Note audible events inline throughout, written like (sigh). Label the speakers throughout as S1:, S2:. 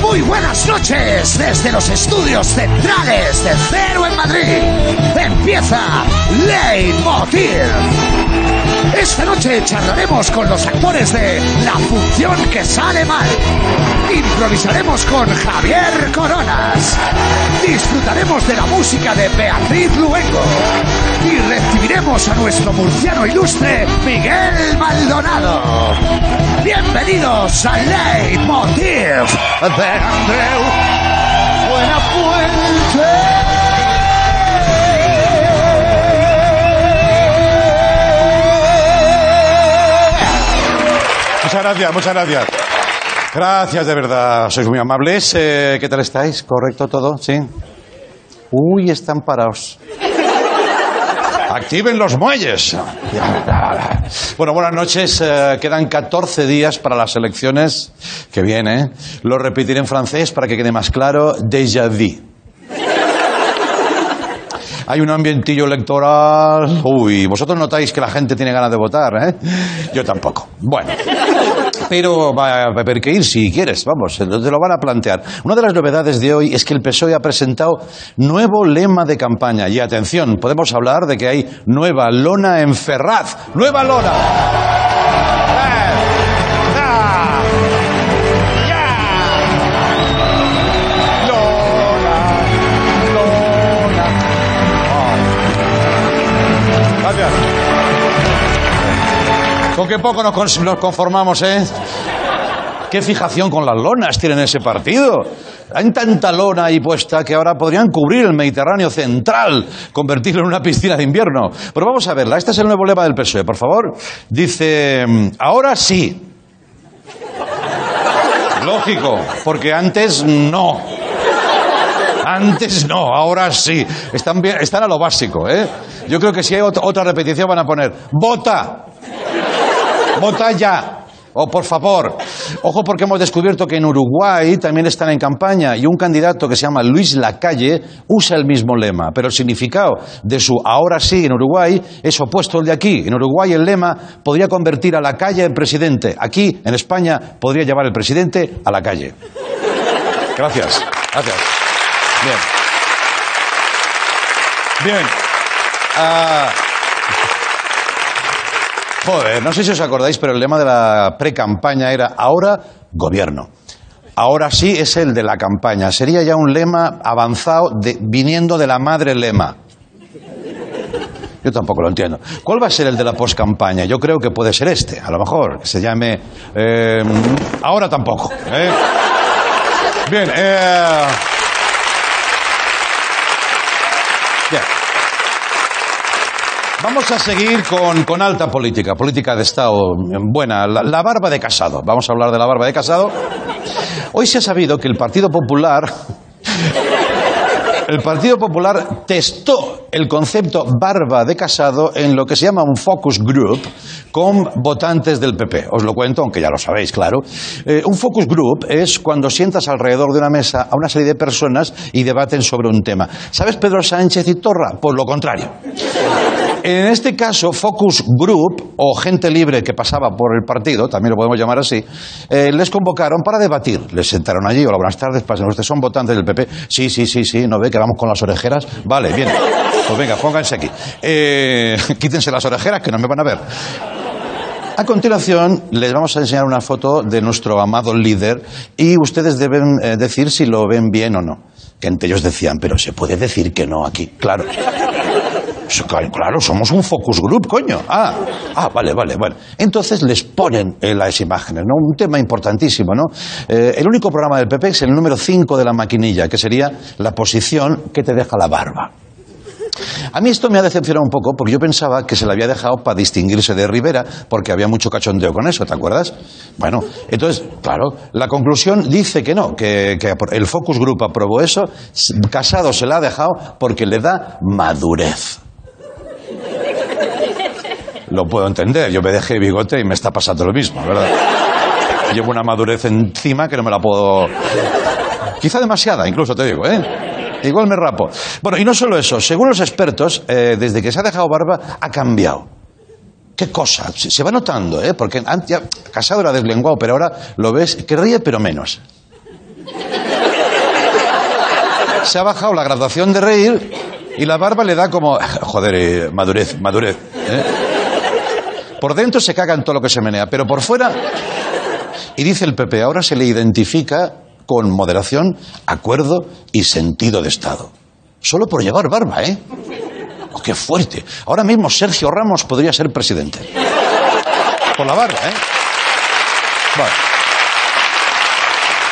S1: Muy buenas noches desde los estudios centrales de Cero en Madrid. Empieza Leitmotiv. Esta noche charlaremos con los actores de La función que sale mal. Improvisaremos con Javier Coronas. Disfrutaremos de la música de Beatriz Luengo. Y recibiremos a nuestro murciano ilustre, Miguel Maldonado. Bienvenidos a Leitmotiv de Andreu Buenafuente.
S2: Muchas gracias, muchas gracias. Gracias, de verdad. Sois muy amables. Eh, ¿Qué tal estáis? ¿Correcto todo? ¿Sí? Uy, están parados. Activen los muelles. Bueno, buenas noches. Eh, quedan 14 días para las elecciones. Que bien, ¿eh? Lo repetiré en francés para que quede más claro. Déjà vu. Hay un ambientillo electoral. Uy, vosotros notáis que la gente tiene ganas de votar, ¿eh? Yo tampoco. Bueno. Pero va a haber que ir si quieres, vamos, entonces lo van a plantear. Una de las novedades de hoy es que el PSOE E ha presentado nuevo lema de campaña. Y atención, podemos hablar de que hay nueva lona en Ferraz. ¡Nueva lona! ¡Eh! ¡Ah! ¡Ya! Lona, lona. Ah. Gracias. Con qué poco nos, cons- nos conformamos, ¿eh? Qué fijación con las lonas tienen ese partido. Hay tanta lona ahí puesta que ahora podrían cubrir el Mediterráneo central, convertirlo en una piscina de invierno. Pero vamos a verla. Este es el nuevo lema del PSOE, por favor. Dice, mm, ahora sí. Lógico, porque antes no. Antes no, ahora sí. Están, bien- están a lo básico, ¿eh? Yo creo que si hay ot- otra repetición van a poner, vota. Vota ya. O por favor. Ojo porque hemos descubierto que en Uruguay también están en campaña y un candidato que se llama Luis Lacalle usa el mismo lema, pero el significado de su ahora sí en Uruguay es opuesto al de aquí. En Uruguay el lema podría convertir a la calle en presidente. Aquí, en España, podría llevar el presidente a la calle. Gracias. Gracias. Bien. Bien. Ah, Joder, no sé si os acordáis, pero el lema de la pre-campaña era ahora gobierno. Ahora sí es el de la campaña. Sería ya un lema avanzado de- viniendo de la madre lema. Yo tampoco lo entiendo. ¿Cuál va a ser el de la poscampaña? Yo creo que puede ser este, a lo mejor, que se llame... eh, ahora tampoco. ¿eh? Bien, eh, bien. Vamos a seguir con, con alta política, política de Estado mm, buena, la, la barba de casado. Vamos a hablar de la barba de casado. Hoy se ha sabido que el Partido Popular, el Partido Popular testó el concepto barba de casado en lo que se llama un focus group con votantes del PP. Os lo cuento, aunque ya lo sabéis, claro. Eh, un focus group es cuando sientas alrededor de una mesa a una serie de personas y debaten sobre un tema. ¿Sabes Pedro Sánchez y Torra? Pues lo contrario. En este caso, Focus Group, o gente libre que pasaba por el partido, también lo podemos llamar así, eh, les convocaron para debatir. Les sentaron allí, hola, buenas tardes, pasen ustedes, son votantes del PP. Sí, sí, sí, sí, ¿no ve que vamos con las orejeras? Vale, bien. Pues venga, pónganse aquí. Eh, (laughs) quítense las orejeras que no me van a ver. A continuación, les vamos a enseñar una foto de nuestro amado líder y ustedes deben eh, decir si lo ven bien o no. Que entre ellos decían, pero se puede decir que no aquí, claro. Sí, ca- Claro, somos un focus group, coño. Ah, ah vale, vale, bueno. Entonces les ponen eh, las imágenes, ¿no? Un tema importantísimo, ¿no? Eh, el único programa del PP es el número 5 de la maquinilla, que sería la posición que te deja la barba. A mí esto me ha decepcionado un poco porque yo pensaba que se la había dejado para distinguirse de Rivera porque había mucho cachondeo con eso, ¿te acuerdas? Bueno, entonces, claro, la conclusión dice que no, que, que el Focus Group aprobó eso, s- Casado se la ha dejado porque le da madurez. Lo puedo entender, yo me dejé bigote y me está pasando lo mismo, ¿verdad? Llevo una madurez encima que no me la puedo Quizá demasiada, incluso te digo, ¿eh? Igual me rapo. Bueno, y no solo eso, según los expertos, eh, desde que se ha dejado barba ha cambiado. ¿Qué cosa? Se se va notando, ¿eh? Porque antes, ya, casado era deslenguado, pero ahora lo ves que ríe, pero menos. se ha bajado la graduación de reír y la barba le da como, (laughs) joder, eh, madurez, madurez. ¿eh? Por dentro se caga en todo lo que se menea, pero por fuera... Y dice el PP, ahora se le identifica con moderación, acuerdo y sentido de Estado. Solo por llevar barba, ¿eh? Oh, ¡Qué fuerte! Ahora mismo Sergio Ramos podría ser presidente. Por la barba, ¿eh? Vale.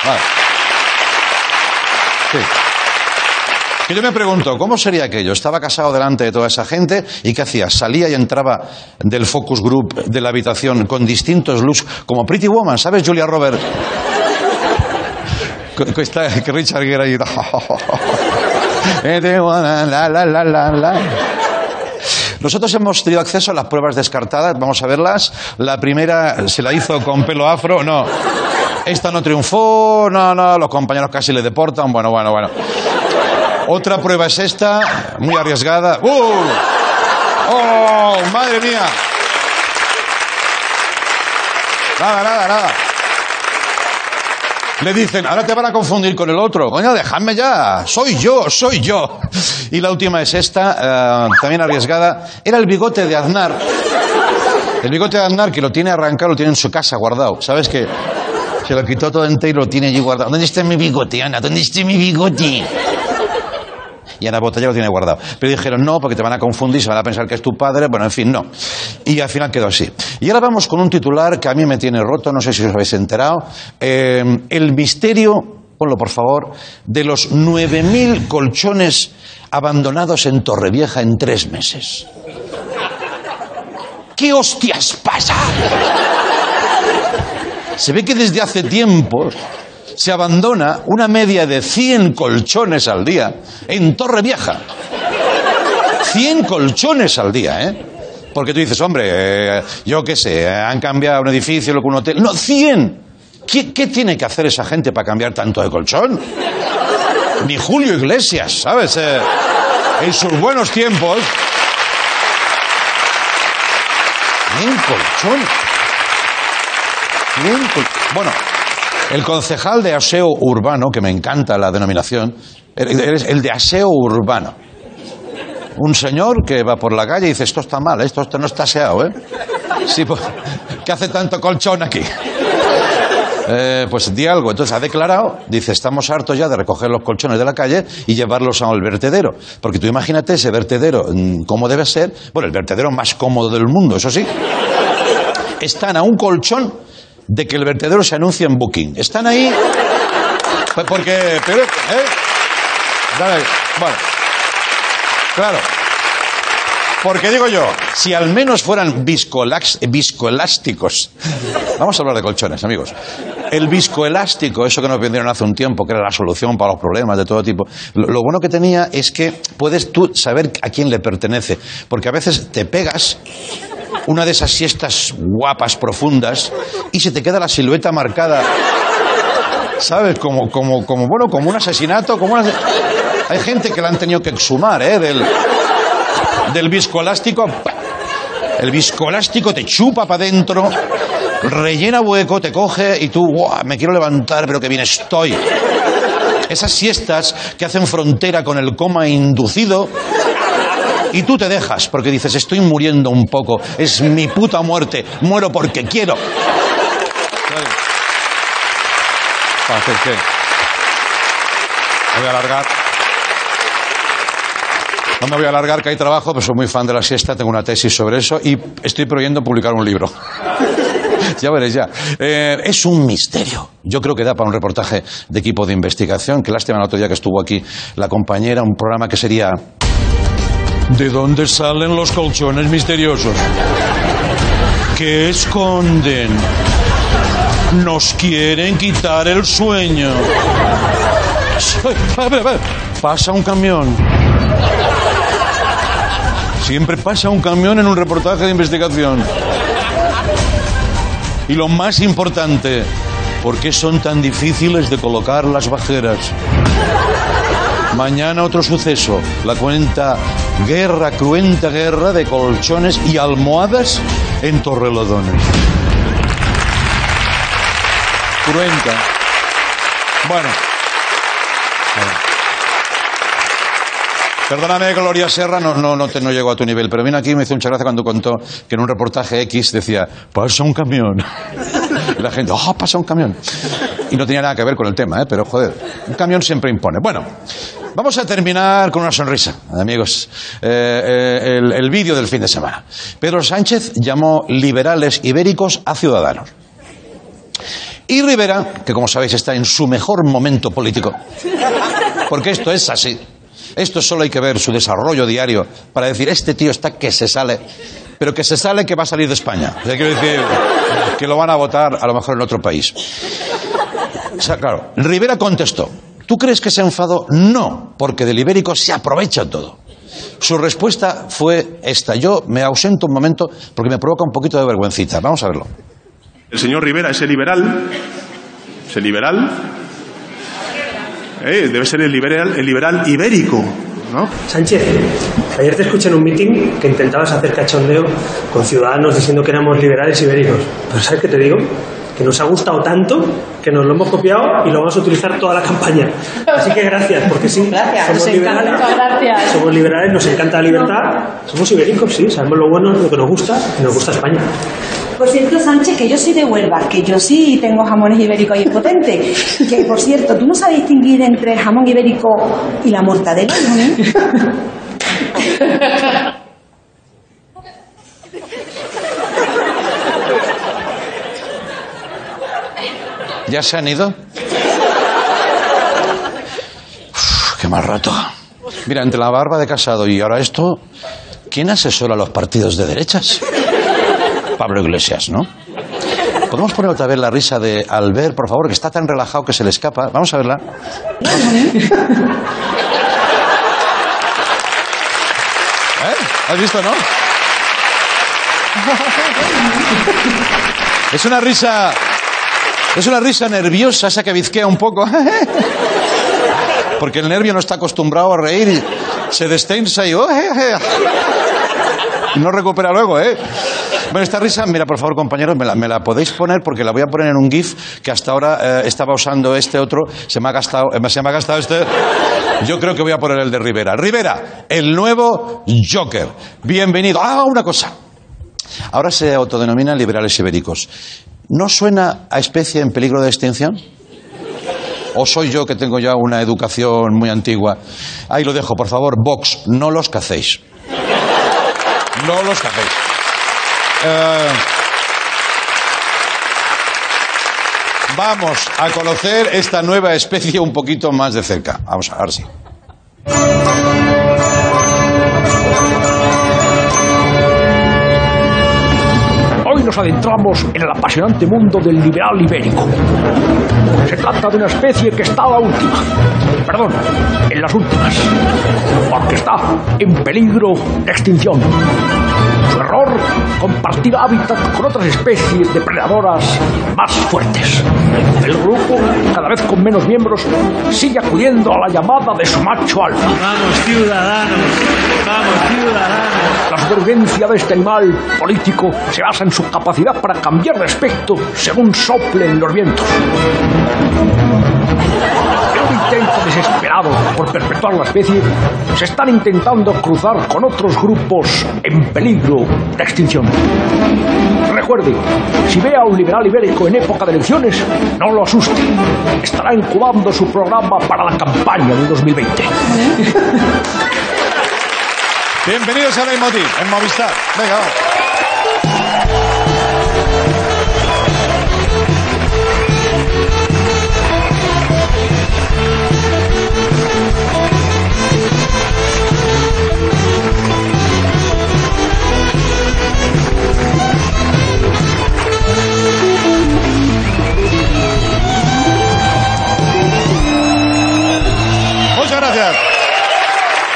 S2: Vale. Sí. Que yo me pregunto, ¿cómo sería aquello? Estaba casado delante de toda esa gente y ¿qué hacía? Salía y entraba del focus group de la habitación con distintos looks, como Pretty Woman, ¿sabes, Julia Roberts? que, que está- que Richard Gere ahí. (laughs) Pretty Woman, la, la, la, la, la. Nosotros hemos tenido acceso a las pruebas descartadas, vamos a verlas. La primera se la hizo con pelo afro, no. Esta no triunfó, no, no, los compañeros casi le deportan, bueno, bueno, bueno. Otra prueba es esta, muy arriesgada. ¡Uh! ¡Oh, madre mía! Nada, nada, nada. Le dicen, ahora te van a confundir con el otro. Coño, dejadme ya. Soy yo, soy yo. Y la última es esta, eh, también arriesgada. Era el bigote de Aznar. El bigote de Aznar, que lo tiene arrancado, lo tiene en su casa guardado. ¿Sabes qué? Se lo quitó todo entero y lo tiene allí guardado. ¿Dónde está mi bigote, Ana? ¿Dónde está mi bigote? Y Ana Botella lo tiene guardado. Pero dijeron, no, porque te van a confundir, se van a pensar que es tu padre. Bueno, en fin, no. Y al final quedó así. Y ahora vamos con un titular que a mí me tiene roto, no sé si os habéis enterado. Eh, el misterio, ponlo por favor, de los 9.000 colchones abandonados en Torrevieja en tres meses. ¿Qué hostias pasa? Se ve que desde hace tiempos se abandona una media de 100 colchones al día en Torre Vieja. 100 colchones al día, ¿eh? Porque tú dices, hombre, eh, yo qué sé, eh, han cambiado un edificio, lo que un hotel. No, 100. ¿Qué, qué tiene que hacer esa gente para cambiar tanto de colchón? Ni Julio Iglesias, ¿sabes? Eh, en sus buenos tiempos. 100 colchones. Bien, pues, Bueno, el concejal de aseo urbano, que me encanta la denominación, el- el el de aseo urbano. Un señor que va por la calle y dice, esto está mal, ¿eh? esto esto no está aseado, ¿eh? Sí, pues, (laughs) ¿qué hace tanto colchón aquí? Eh, pues di algo. Entonces ha declarado, dice, estamos hartos ya de recoger los colchones de la calle y llevarlos al vertedero. Porque tú imagínate ese vertedero, mm, ¿cómo debe ser? Bueno, el vertedero más cómodo del mundo, eso sí están a un colchón de que el vertedero se anuncie en Booking. Están ahí pues porque... pero, ¿eh? Dale, bueno, claro. Porque digo yo, si al menos fueran viscolax- viscoelásticos... Vamos a hablar de colchones, amigos. El viscoelástico, eso que nos vendieron hace un tiempo, que era la solución para los problemas de todo tipo, lo, lo bueno que tenía es que puedes tú saber a quién le pertenece. Porque a veces te pegas una de esas siestas guapas, profundas, y se te queda la silueta marcada. ¿Sabes? Como, como, como, bueno, como un asesinato, como una... Hay gente que la han tenido que exhumar, ¿eh? Del, del viscoelástico. ¡pa! El viscoelástico te chupa para adentro, rellena hueco, te coge y tú, ¡guau! Me quiero levantar, pero que bien estoy. Esas siestas que hacen frontera con el coma inducido, y tú te dejas porque dices, estoy muriendo un poco, es mi puta muerte, muero porque quiero. Ah, sí, sí. Me voy a alargar. No me voy a alargar, que hay trabajo, pero soy muy fan de la siesta, tengo una tesis sobre eso y estoy prohibiendo publicar un libro. (laughs) ya veréis, ya. Eh, es un misterio. Yo creo que da para un reportaje de equipo de investigación. Qué lástima el otro día que estuvo aquí la compañera, un programa que sería ¿De dónde salen los colchones misteriosos? ¿Qué esconden? Nos quieren quitar el sueño. A ver, a ver. Pasa un camión. Siempre pasa un camión en un reportaje de investigación. Y lo más importante, ¿por qué son tan difíciles de colocar las bajeras? Mañana otro suceso, la cuenta guerra, cruenta guerra de colchones y almohadas en Torrelodones. Cruenta. Bueno. Perdóname, Gloria Serra, no, no, no, te, no llego a tu nivel, pero vino aquí y me hizo mucha gracia cuando contó que en un reportaje X decía, pasa un camión. (laughs) Y la gente, ah, pasa un camión. Y no tenía nada que ver con el tema, ¿eh? pero joder, un camión siempre impone. Bueno, vamos a terminar con una sonrisa, amigos. Eh, eh, el, el vídeo del fin de semana. Pedro Sánchez llamó liberales ibéricos a ciudadanos. Y Rivera, que como sabéis está en su mejor momento político, porque esto es así. Esto solo hay que ver su desarrollo diario para decir, este tío está que se sale, pero que se sale que va a salir de España. O sea, quiero decir que lo van a votar a lo mejor en otro país. O sea, claro, Rivera contestó, ¿tú crees que se enfadó? No, porque del ibérico se aprovecha todo. Su respuesta fue esta, yo me ausento un momento porque me provoca un poquito de vergüencita. Vamos a verlo.
S3: El señor Rivera, ese liberal, ese liberal, eh, debe ser el liberal, el liberal ibérico, ¿no?
S4: Sánchez, ayer te escuché en un meeting que intentabas hacer cachondeo con ciudadanos diciendo que éramos liberales ibéricos. Pero ¿sabes qué te digo? Que nos ha gustado tanto que nos lo hemos copiado y lo vamos a utilizar toda la campaña. Así que gracias, porque sí,
S5: Gracias,
S4: somos,
S5: nos encanta,
S4: liberales,
S5: muchas gracias.
S4: somos liberales, nos encanta la libertad, somos ibéricos, sí, sabemos lo bueno, lo que nos gusta y nos gusta España.
S5: Por cierto, Sánchez, que yo soy de Huelva, que yo sí tengo jamones ibéricos ahí potentes. Que, por cierto, ¿tú no sabes distinguir entre el jamón ibérico y la mortadela, hijo mío?
S2: ¿Ya se han ido? Uf, qué mal rato. Mira, entre la barba de casado y ahora esto, ¿quién asesora a los partidos de derechas? Pablo Iglesias, ¿no? ¿Podemos poner otra vez la risa de Albert, por favor, que está tan relajado que se le escapa? Vamos a verla. ¿Eh? ¿Has visto, no? Es una risa es una risa nerviosa, esa que bizquea un poco. (laughs) Porque el nervio no está acostumbrado a reír y se destensa y... oh, eh, Y no recupera luego, ¿eh? Bueno, esta risa, mira, por favor, compañeros, me la, me la podéis poner porque la voy a poner en un GIF que hasta ahora eh, estaba usando este otro. Se me ha gastado, eh, se me ha gastado este. Yo creo que voy a poner el de Rivera. Rivera, el nuevo Joker. Bienvenido. Ah, una cosa. Ahora se autodenominan liberales ibéricos. ¿No suena a especie en peligro de extinción? ¿O soy yo que tengo ya una educación muy antigua? Ahí lo dejo, por favor, Vox, no los cacéis. No los cacéis. Eh, vamos a conocer esta nueva especie un poquito más de cerca. Vamos a ver si.
S6: Hoy nos adentramos en el apasionante mundo del liberal ibérico. Se trata de una especie que está a la última, perdón, en las últimas, porque está en peligro de extinción. Su error compartir hábitat con otras especies depredadoras más fuertes. El grupo, cada vez con menos miembros, sigue acudiendo a la llamada de su macho alfa.
S7: Vamos, ciudadanos. Vamos, ciudadanos.
S6: La supervivencia de este animal político se basa en su capacidad para cambiar de aspecto según soplen los vientos. En un intento desesperado por perpetuar la especie, se están intentando cruzar con otros grupos en peligro de extinción. Recuerde, si ve a un liberal ibérico en época de elecciones, no lo asuste. Estará incubando su programa para la campaña del 2020.
S2: Bienvenidos a Leitmotiv en Movistar. Venga, vamos. Muchas gracias.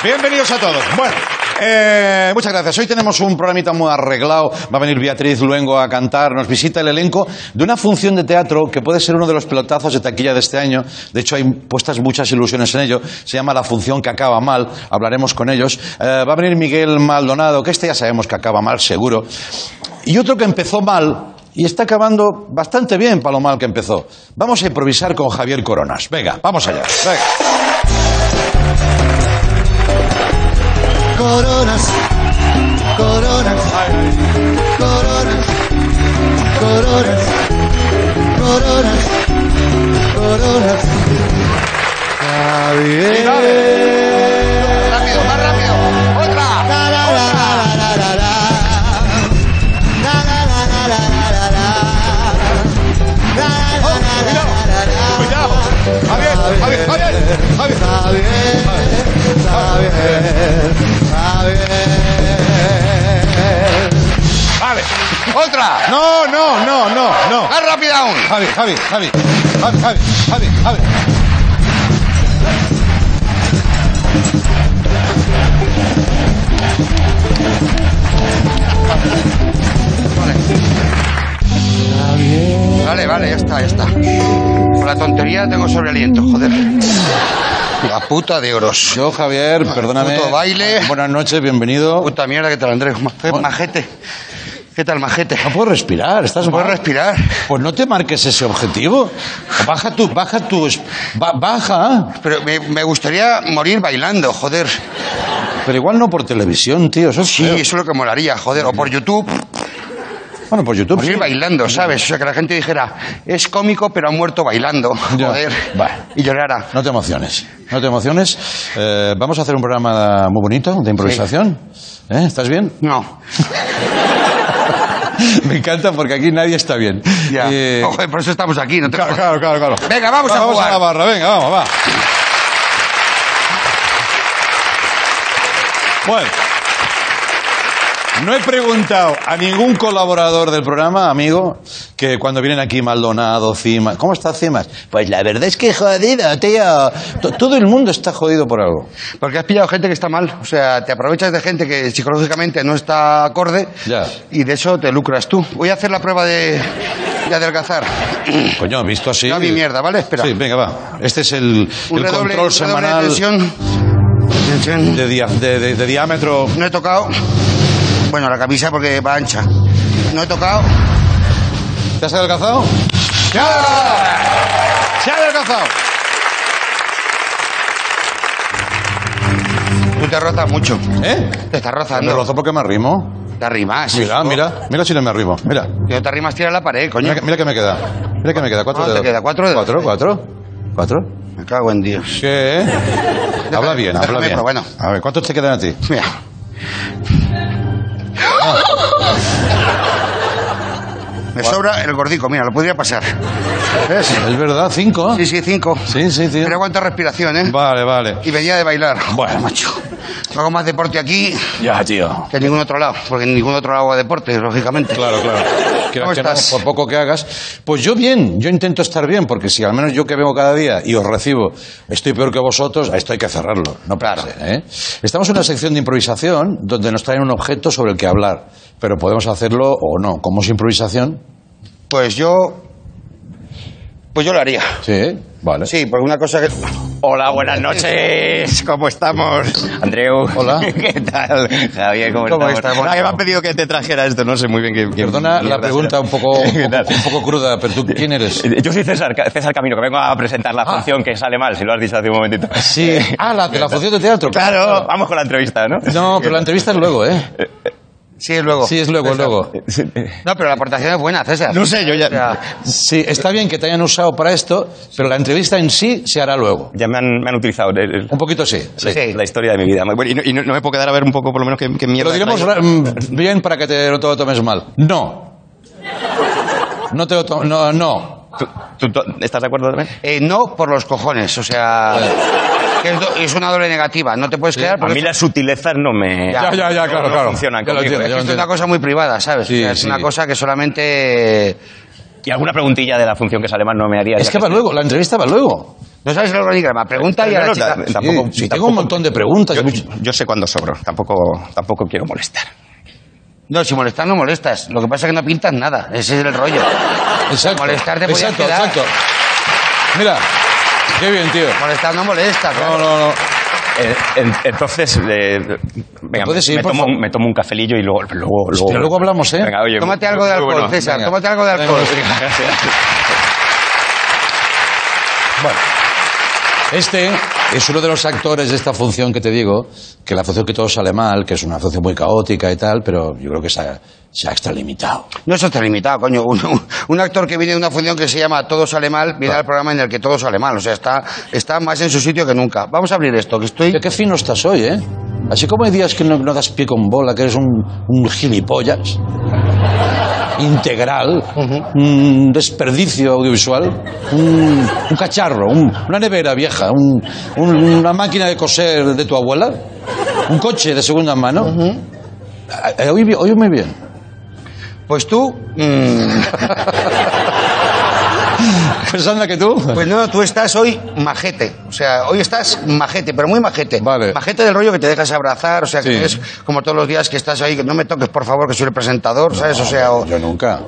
S2: Bienvenidos a todos. Bueno, eh, muchas gracias. Hoy tenemos un programita muy arreglado. Va a venir Beatriz Luengo a cantar. Nos visita el elenco de una función de teatro que puede ser uno de los pelotazos de taquilla de este año. De hecho, hay puestas muchas ilusiones en ello. Se llama La función que acaba mal. Hablaremos con ellos. Eh, va a venir Miguel Maldonado, que este ya sabemos que acaba mal, seguro. Y otro que empezó mal. Y está acabando bastante bien para lo mal que empezó. Vamos a improvisar con Javier Coronas. Venga, vamos allá. Venga.
S8: Coronas, coronas, coronas, coronas, coronas, coronas. Javier.
S9: Rápido, más rápido. Otra.
S8: La, la, la, la, la, la, la. La, la, la, la, la, la, la, la. La, la, la, la, la, la, la, la.
S9: Cuidado. Javier, Javier, Javier. Javier.
S8: Javier, Javier, Javier.
S9: Vale. Otra.
S2: No, no, no, no, no.
S9: Más rápida aún.
S2: Javi, Javi, Javi. Javi, Javi, Javi, Javi.
S9: Vale, vale, ya está, ya está. Con la tontería tengo sobrealiento, joder. La puta de oros.
S2: Yo, Javier, perdóname.
S9: Puto baile.
S2: Buenas noches, bienvenido.
S9: Puta mierda, ¿qué tal, Andrés? Ma- eh, Majete. ¿Qué tal, majete?
S2: No puedes respirar, estás
S9: No puedo
S2: mal.
S9: respirar.
S2: Pues no te marques ese objetivo. Baja tu, baja tus, ba- baja.
S9: Pero me, me gustaría morir bailando, joder.
S2: Pero igual no por televisión, tío. Eso es
S9: Sí,
S2: feo.
S9: eso es lo que molaría, joder. O por YouTube,
S2: Bueno, por YouTube.
S9: morir
S2: sí.
S9: bailando, ¿sabes? O sea, que la gente dijera, es cómico, pero ha muerto bailando,
S2: Ya.
S9: joder.
S2: Va.
S9: Y llorara.
S2: No te emociones, no te emociones. Eh, vamos a hacer un programa muy bonito de improvisación. ¿Eh? ¿Estás bien? (laughs)
S9: No.
S2: Me encanta porque aquí nadie está bien.
S9: Ya. Oh.
S2: Eh,
S9: Joder, por eso estamos aquí, no te
S2: claro,
S9: jodas.
S2: Ah, claro, claro, claro.
S9: Venga, vamos a jugar.
S2: la barra, venga, vamos, va. Bueno. No he preguntado a ningún colaborador del programa, amigo, que cuando vienen aquí Maldonado, Cimas... ¿Cómo está Cimas? Pues la verdad es que jodido, tío. To- Todo el mundo está jodido por algo.
S9: Porque has pillado gente que está mal. O sea, te aprovechas de gente que psicológicamente no está acorde
S2: Ya.
S9: y de eso te lucras tú. Voy a hacer la prueba de, de adelgazar.
S2: Coño, visto así...
S9: No, mi mierda, ¿vale? Espera.
S2: Sí, venga, va. Este es el, el control semanal
S9: de tensión. Tensión.
S2: de dia- de- de- de diámetro...
S9: No he tocado. Bueno, la camisa porque va ancha. No he tocado.
S2: ¿Te has adelgazado? ¡Se ha adelgazado! ¡Se ha adelgazado!
S9: Tú te rozas mucho.
S2: ¿Eh?
S9: Te estás
S2: Me
S9: rozando.
S2: rozo porque me arrimo.
S9: Te arrimas.
S2: Mira,
S9: hijo.
S2: mira, mira si no me arrimo. Mira,
S9: Yo te arrimas, tira la pared, coño.
S2: mira, que- mira que me queda. Mira que me queda. Cuatro
S9: ¿Cuánto Ah, te
S2: dedos.
S9: queda? ¿Cuatro dedos?
S2: Cuatro, cuatro. ¿Cuatro?
S9: Me cago en Dios.
S2: ¿Qué? Habla bien, habla
S9: déjame,
S2: bien.
S9: pero bueno.
S2: A ver, ¿cuántos te quedan a ti?
S9: Mira. Me sobra el gordico, mira, lo podría pasar. ¿Ves?
S2: Es verdad, cinco.
S9: Sí, sí, cinco.
S2: Sí, sí, sí.
S9: Pero aguanta respiración, ¿eh?
S2: Vale, vale.
S9: Y venía de bailar.
S2: Bueno.
S9: macho. No hago más deporte aquí
S2: Ya, tío.
S9: que en ningún otro lado, porque en ningún otro lado hago deporte, lógicamente.
S2: Claro,
S10: (laughs)
S2: claro. Quieras
S9: ¿Cómo
S2: que no,
S9: estás?
S2: por poco que hagas. Pues yo bien, yo intento estar bien, porque si al menos yo que vengo cada día y os recibo, estoy peor que vosotros, a esto hay que cerrarlo. No para. Estamos en una sección de improvisación donde nos traen un objeto sobre el que hablar, pero podemos hacerlo o no. ¿Cómo es improvisación?
S9: Pues yo. Pues yo lo haría.
S2: Sí, vale.
S9: Sí, porque una cosa que.
S10: Hola, buenas noches. ¿Cómo estamos? Andreu.
S2: Hola.
S10: (laughs) ¿Qué tal? Javier, ¿cómo,
S9: ¿Cómo
S10: estamos?
S9: estamos?
S10: Ah, que me han pedido que te trajera esto. No sé muy bien qué. qué
S2: Perdona la
S10: mierda
S2: pregunta
S10: será.
S2: un (laughs) poco,
S10: ¿Qué
S2: un
S10: tal?
S2: poco, un
S10: (laughs)
S2: poco cruda, pero tú, ¿quién eres?
S10: Eh,
S2: Ah.
S10: Yo soy César, Ca- César Camino, que vengo a presentar la función que sale mal, si lo has dicho hace un momentito.
S2: Sí. Ah, la, de la función de teatro.
S10: Claro, vamos con la entrevista, ¿no?
S2: No, pero la entrevista es luego, ¿eh?
S9: Sí, es luego.
S2: Sí, es luego, es luego.
S9: No, pero la aportación es buena, César.
S10: No sé, yo ya-
S9: O sea,
S2: Sí, está bien que te hayan usado para esto, pero la entrevista en sí se hará luego.
S10: Ya me han, me han utilizado. eh, eh,
S2: Un poquito sí.
S10: La, la historia de mi vida. Bueno, y no, y no- no me puedo quedar a ver un poco, por lo menos, qué, qué mierda.
S2: Lo diremos
S10: traigo.
S2: ra- mm, bien para que te, no te lo tomes mal. No. No te lo tomes... No, no.
S10: ¿Tú, tú- estás de acuerdo también?
S9: eh, no por los cojones, o sea. que es, do- es una doble negativa, no te puedes quedar
S10: A
S9: porque
S10: mí las sutilezas no me.
S9: Ya,
S2: ya, ya,
S10: no-
S2: claro,
S10: no
S2: claro.
S10: funcionan
S2: Ya lo
S10: conmigo,
S2: entiendo,
S10: ¿eh?
S2: ya.
S9: Esto es una cosa muy privada, ¿sabes?
S2: Sí,
S9: O sea, es
S2: sí.
S9: una cosa que solamente...
S10: Y alguna preguntilla de la función que sale mal no me haría.
S2: Es
S10: ya
S2: que va luego, la entrevista va luego.
S9: No sabes el organigrama. Pregunta y a la
S10: Pero
S9: chica.
S10: no, Tampoco-
S2: Sí, sí, tengo
S10: tampoco-
S2: un montón de preguntas.
S10: Yo, yo sé cuándo sobro, tampoco, tampoco quiero molestar.
S9: No, si molestas, no molestas. Lo que pasa es que no pintas nada. Ese es el rollo.
S2: Exacto.
S9: Molestar te podías
S2: exacto,
S9: quedar.
S2: exacto. Mira, qué bien, tío.
S9: Molestar no molesta.
S2: No,
S9: claro.
S2: no, no.
S10: Eh, en- entonces, eh, venga, me,
S2: puedes ir,
S10: me
S2: por
S10: tomo,
S2: favor?
S10: un- me tomo un cafelillo y luego... Luego, luego,
S2: Hostia, luego hablamos, ¿eh?
S10: Venga, oye,
S9: Tómate algo de
S10: muy
S9: alcohol,
S10: bueno.
S9: César.
S2: venga.
S9: Tómate algo de alcohol.
S2: Venga.
S10: Gracias.
S2: Este Es uno de los actores de esta función que te digo, que la función que todo sale mal, que es una función muy caótica y tal, pero yo creo que se ha, se ha extralimitado.
S9: No es extralimitado, coño. Un, un- un actor que viene de una función que se llama Todo sale mal, viene al programa en el que todo sale mal. O sea, está, está más en su sitio que nunca. Vamos a abrir esto, que estoy...
S2: Qué fino estás hoy, ¿eh? Así como hay días que no, no das pie con bola, que eres un, un gilipollas, integral, un desperdicio audiovisual, un, un cacharro, un- una nevera vieja, un- un- una máquina de coser de tu abuela, un coche de segunda mano. Eh, A- a- Hoy, vi- hoy muy bien.
S9: Pues tú... mm,
S2: Pues anda que tú.
S9: Pues no, tú estás hoy majete. O sea, hoy estás majete, pero muy majete. Majete del rollo que te dejas abrazar, o sea, que es como todos los días que estás ahí, que no me toques, por favor, que soy el presentador, ¿sabes? O sea, o-
S2: Yo nunca.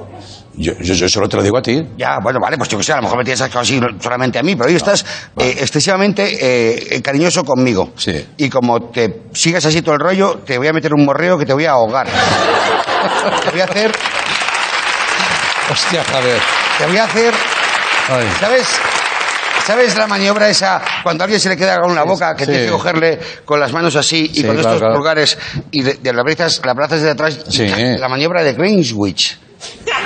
S2: Yo, yo, yo solo te lo digo a ti.
S9: Ya, bueno, vale, pues yo que sé, a lo mejor me tienes sacado así solamente a mí, pero hoy estás eh, excesivamente eh, eh, cariñoso conmigo. Sí. Y como te sigas así todo el rollo, te voy a meter un morreo que te voy a ahogar. (laughs) te voy a hacer...
S2: Hostia, Javier.
S9: Te voy a hacer... ¿Sabes? ¿Sabes la maniobra esa? Cuando a alguien se le queda algo en la boca, que
S2: sí.
S9: tienes que cogerle con las manos así y
S2: Sí,
S9: con
S2: claro,
S9: estos
S2: claro.
S9: pulgares y de, de la abrazas, la abrazas de atrás. y
S2: Sí.
S9: La maniobra de Greenwich.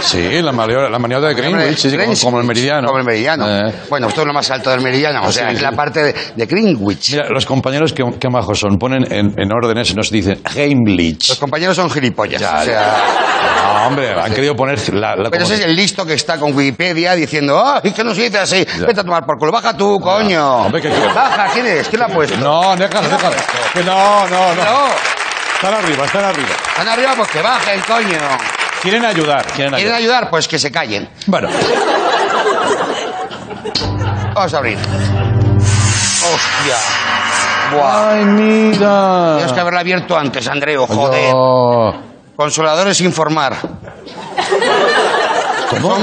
S2: Sí, la maniobra, la maniobra de Greenwich, sí, sí, como, como el meridiano. Eh.
S9: Como el meridiano. Bueno, esto es lo más alto del meridiano, o sea,
S2: Sí,
S9: es
S2: sí.
S9: la parte de, de Greenwich.
S2: Mira, los compañeros que, que majos son, ponen en, en órdenes y nos dicen Heimlich. Los
S9: compañeros son gilipollas.
S2: Ya,
S9: o sea-
S2: ya. No, hombre, han querido poner la. la-
S9: Pero
S2: como-
S9: ese es el listo que está con Wikipedia diciendo, ¡ah! ¿y qué nos dice así?
S2: Ya.
S9: Vete a tomar por culo, baja tú, coño.
S2: Hombre, que-
S9: Baja, ¿quién es? ¿Quién la ha puesto?
S2: No, déjalo, déjalo. Que no, no, no.
S9: No.
S2: Están arriba, están arriba.
S9: Están arriba, pues que bajen, coño.
S2: Quieren ayudar, quieren
S9: ¿Quieren
S2: ayudar.
S9: ayudar? Pues que se callen.
S2: Bueno.
S9: Vamos a abrir. Hostia. Buah.
S2: Ay, mira.
S9: Tienes que haberla abierto antes,
S2: Pues
S9: Andreu, joder.
S2: Oh.
S9: Consoladores informar.
S2: ¿Cómo?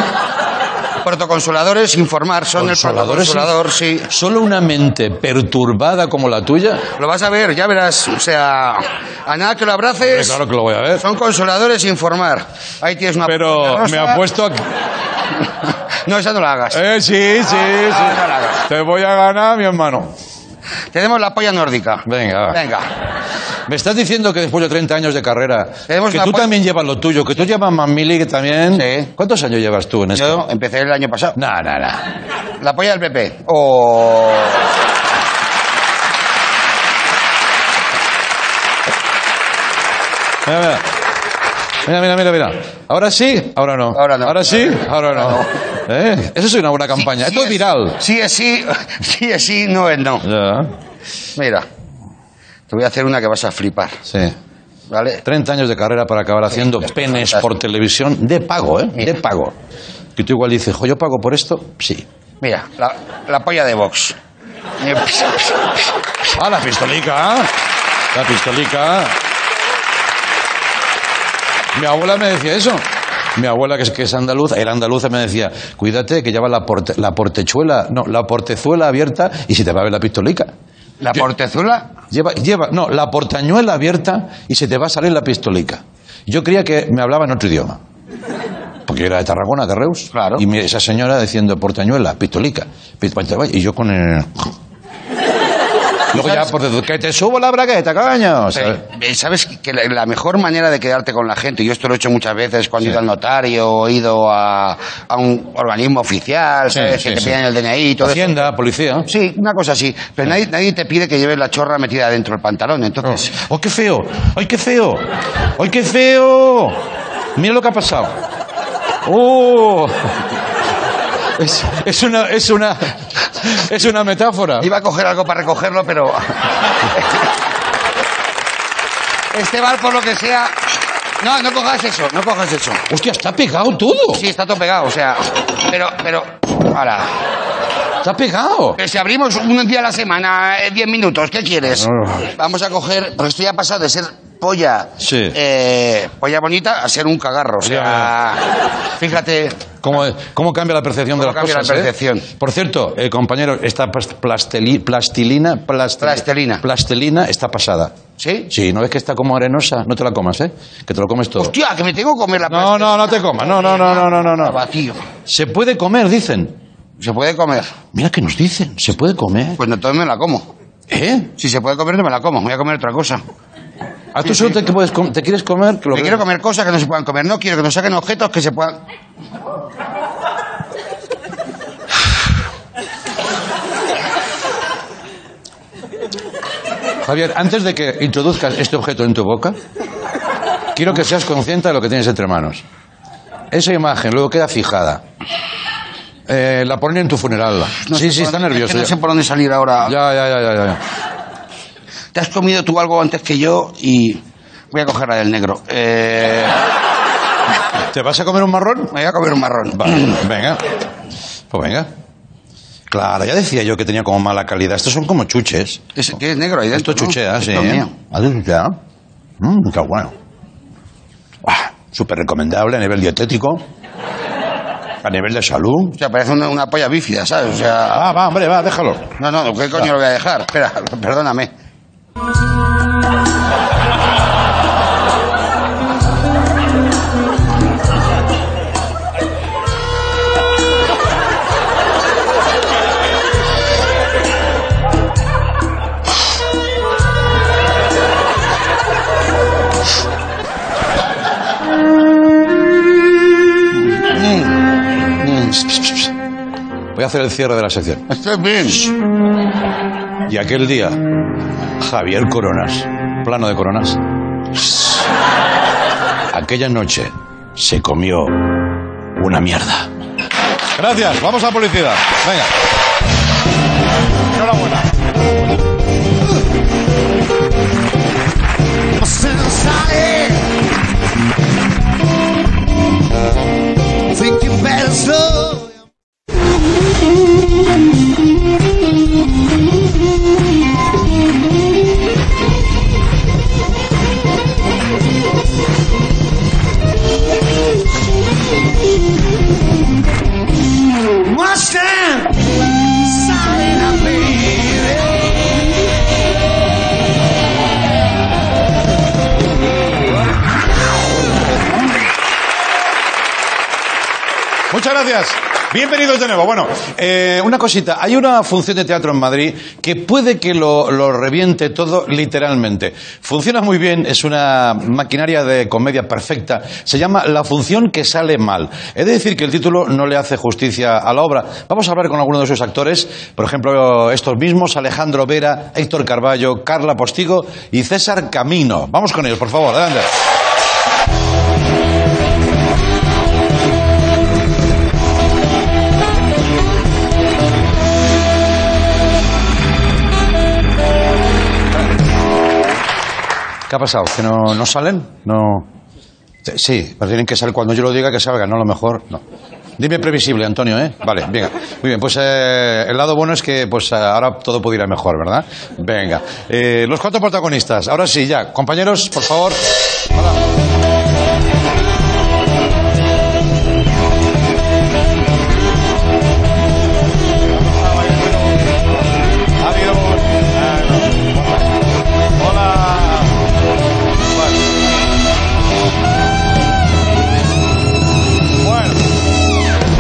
S9: Protoconsoladores informar. Son
S2: Consoladores
S9: el protoconsolador, sí.
S2: Solo una mente perturbada como la tuya.
S9: Lo vas a ver, ya verás. O sea, a nada que lo abraces.
S2: Claro que lo voy a ver.
S9: Son consoladores informar. Ahí tienes una.
S2: Pero me apuesto a.
S9: No, esa no la hagas.
S2: Eh,
S9: Ah,
S2: sí, sí, sí. Te voy a ganar, mi hermano.
S9: Tenemos la polla nórdica.
S2: Venga, va.
S9: Venga.
S2: Me estás diciendo que después de 30 años de carrera,
S9: Tenemos
S2: que
S9: una
S2: tú
S9: pos-
S2: también llevas lo tuyo, que tú llevas más mili que también. ¿Cuántos años llevas tú en esto?
S9: Yo empecé el año pasado.
S2: No, no, no.
S9: La polla del PP. O.
S2: Mira, mira. Mira, mira, mira, mira. Ahora sí, ahora no. Ahora no. Ahora sí, ahora no. ¿Eh? Eso es una buena campaña. Esto es viral.
S9: Sí es sí, (laughs) sí es sí, no es no. Mira, te voy a hacer una que vas a flipar.
S2: Sí.
S9: ¿Vale?
S2: 30 años de carrera para acabar haciendo penes por televisión de pago, ¿eh? De pago. Que tú igual dices, "Jo, ¿yo pago por esto? Sí.
S9: Mira, la, la polla de Vox. Eh,
S2: Ah, la pistolica. La pistolica. Mi abuela me decía eso. Mi abuela, que es, que es andaluza, era andaluza, me decía, cuídate que lleva la, porte- la portechuela, no, la portezuela abierta y si te va a ver la pistolica.
S9: ¿La portezuela?
S2: Lleva, lleva, no, la portañuela abierta y se te va a salir la pistolica. Yo creía que me hablaba en otro idioma. Porque yo era de Tarragona, de Reus. Claro. Y mi- esa señora diciendo portañuela, pistolica. pit- Y yo con el... Luego ya, por que te subo la bragueta, coño. ¿sabes?
S9: Eh, Sabes que la, la mejor manera de quedarte con la gente, yo esto lo he hecho muchas veces cuando he ido al notario, o he ido a, a un organismo oficial,
S2: Sí,
S9: ¿sabes?
S2: sí,
S9: que te
S2: sí.
S9: piden el DNI y todo eso.
S2: Hacienda, policía.
S9: Sí, una cosa así. Pero nadie, nadie te pide que lleves la chorra metida dentro del pantalón, entonces...
S2: ¡Oh, qué feo! ¡Ay, qué feo! ¡Ay, qué feo! Mira lo que ha pasado. ¡Oh! Es, es una, es una, es una metáfora.
S9: Iba a coger algo para recogerlo, pero... este bar, por lo que sea... No, no cojas eso, no cojas eso.
S2: Hostia, está pegado todo.
S9: Sí, está todo pegado, o sea... Pero, pero... Ahora...
S2: Está pegado.
S9: Pero si abrimos un día a la semana, eh, 10 minutos, ¿qué quieres? Vamos a coger, porque esto ya ha pasado de ser polla,
S2: Sí.
S9: eh, polla bonita, a ser un cagarro. O sea, fíjate,
S2: ¿Cómo, cómo cambia la percepción de
S9: Cómo
S2: las
S9: cambia la
S2: cosas? eh?
S9: percepción.
S2: Por cierto, eh, compañeros, esta pas- plasteli- plastilina, plasti-
S9: Plastelina.
S2: plastelina está pasada.
S9: ¿sí?
S2: Sí, ¿no ves que está como arenosa? No te la comas, ¿eh? Que te lo comes todo.
S9: Hostia, que me tengo que comer la Ah,
S2: No, no, no te comas. No, no, no, no, no, no, no.
S9: Vacío.
S2: Se puede comer, dicen.
S9: Se puede comer.
S2: Mira que nos dicen, se puede comer.
S11: Pues,
S9: Pues entonces me la como.
S2: ¿Eh?
S9: Si se puede comer, no me la como. Voy a comer otra cosa.
S2: ¿A tú solo Te, puedes com- te quieres comer? Que lo
S9: Me
S2: que-
S9: quiero comer cosas que no se puedan comer. No quiero que nos saquen objetos que se puedan.
S2: Javier, antes de que introduzcas este objeto en tu boca, quiero que seas consciente de lo que tienes entre manos. Esa imagen luego queda fijada. Eh, la ponen en tu funeral. sí, sí, está nervioso.
S9: no sé por dónde salir ahora.
S2: Ya, ya, ya, ya, ya.
S9: Te has comido tú algo antes que yo y. Voy a coger la del negro. Eh,
S2: ¿Te vas a comer un marrón?
S9: Me voy a comer un marrón.
S2: (clears throat) Vale, venga. Pues venga. Claro, ya decía yo que tenía como mala calidad. Estos son como chuches.
S9: Ese que es ¿eh? negro ahí dentro.
S2: Esto chuchea,
S9: ¿no?
S2: sí. ¿eh?
S9: Esto es mío.
S2: Hazte chuchea. Mmm, qué bueno. Ah, Súper recomendable a nivel dietético. A nivel de salud.
S9: O sea, parece una, una polla bífida, ¿sabes? O sea.
S2: Ah, va, hombre, va, déjalo.
S9: No, no, ¿qué coño lo voy a dejar? Espera, (laughs) perdóname.
S2: Mm, pss, pss, pss. Voy a hacer el cierre de la sección.
S9: Estoy bien.
S2: Y aquel día, Javier Coronas, plano de Coronas, aquella noche se comió una mierda. Gracias, vamos a publicidad. Venga. Enhorabuena.
S1: Se nos sale. Think you better slow. What's that? Silent, I
S2: Muchas gracias. Bienvenidos de nuevo. Bueno, eh, una cosita. Hay una función de teatro en Madrid que puede que lo, lo reviente todo literalmente. Funciona muy bien, es una maquinaria de comedia perfecta. Se llama La función que sale mal. He de decir que el título no le hace justicia a la obra. Vamos a hablar con algunos de sus actores. Por ejemplo, estos mismos, Alejandro Vera, Héctor Carballo, Carla Postigo y César Camino. Vamos con ellos, por favor. Adelante. ¿Qué ha pasado? ¿Que no, no salen? No. Sí, pero tienen que salir cuando yo lo diga que salgan, ¿no? A lo mejor no. Dime previsible, Antonio, ¿eh? Vale, venga. Muy bien, pues eh, el lado bueno es que pues eh, ahora todo pudiera ir mejor, ¿verdad? Venga. Eh, los cuatro protagonistas. Ahora sí, ya. Compañeros, por favor.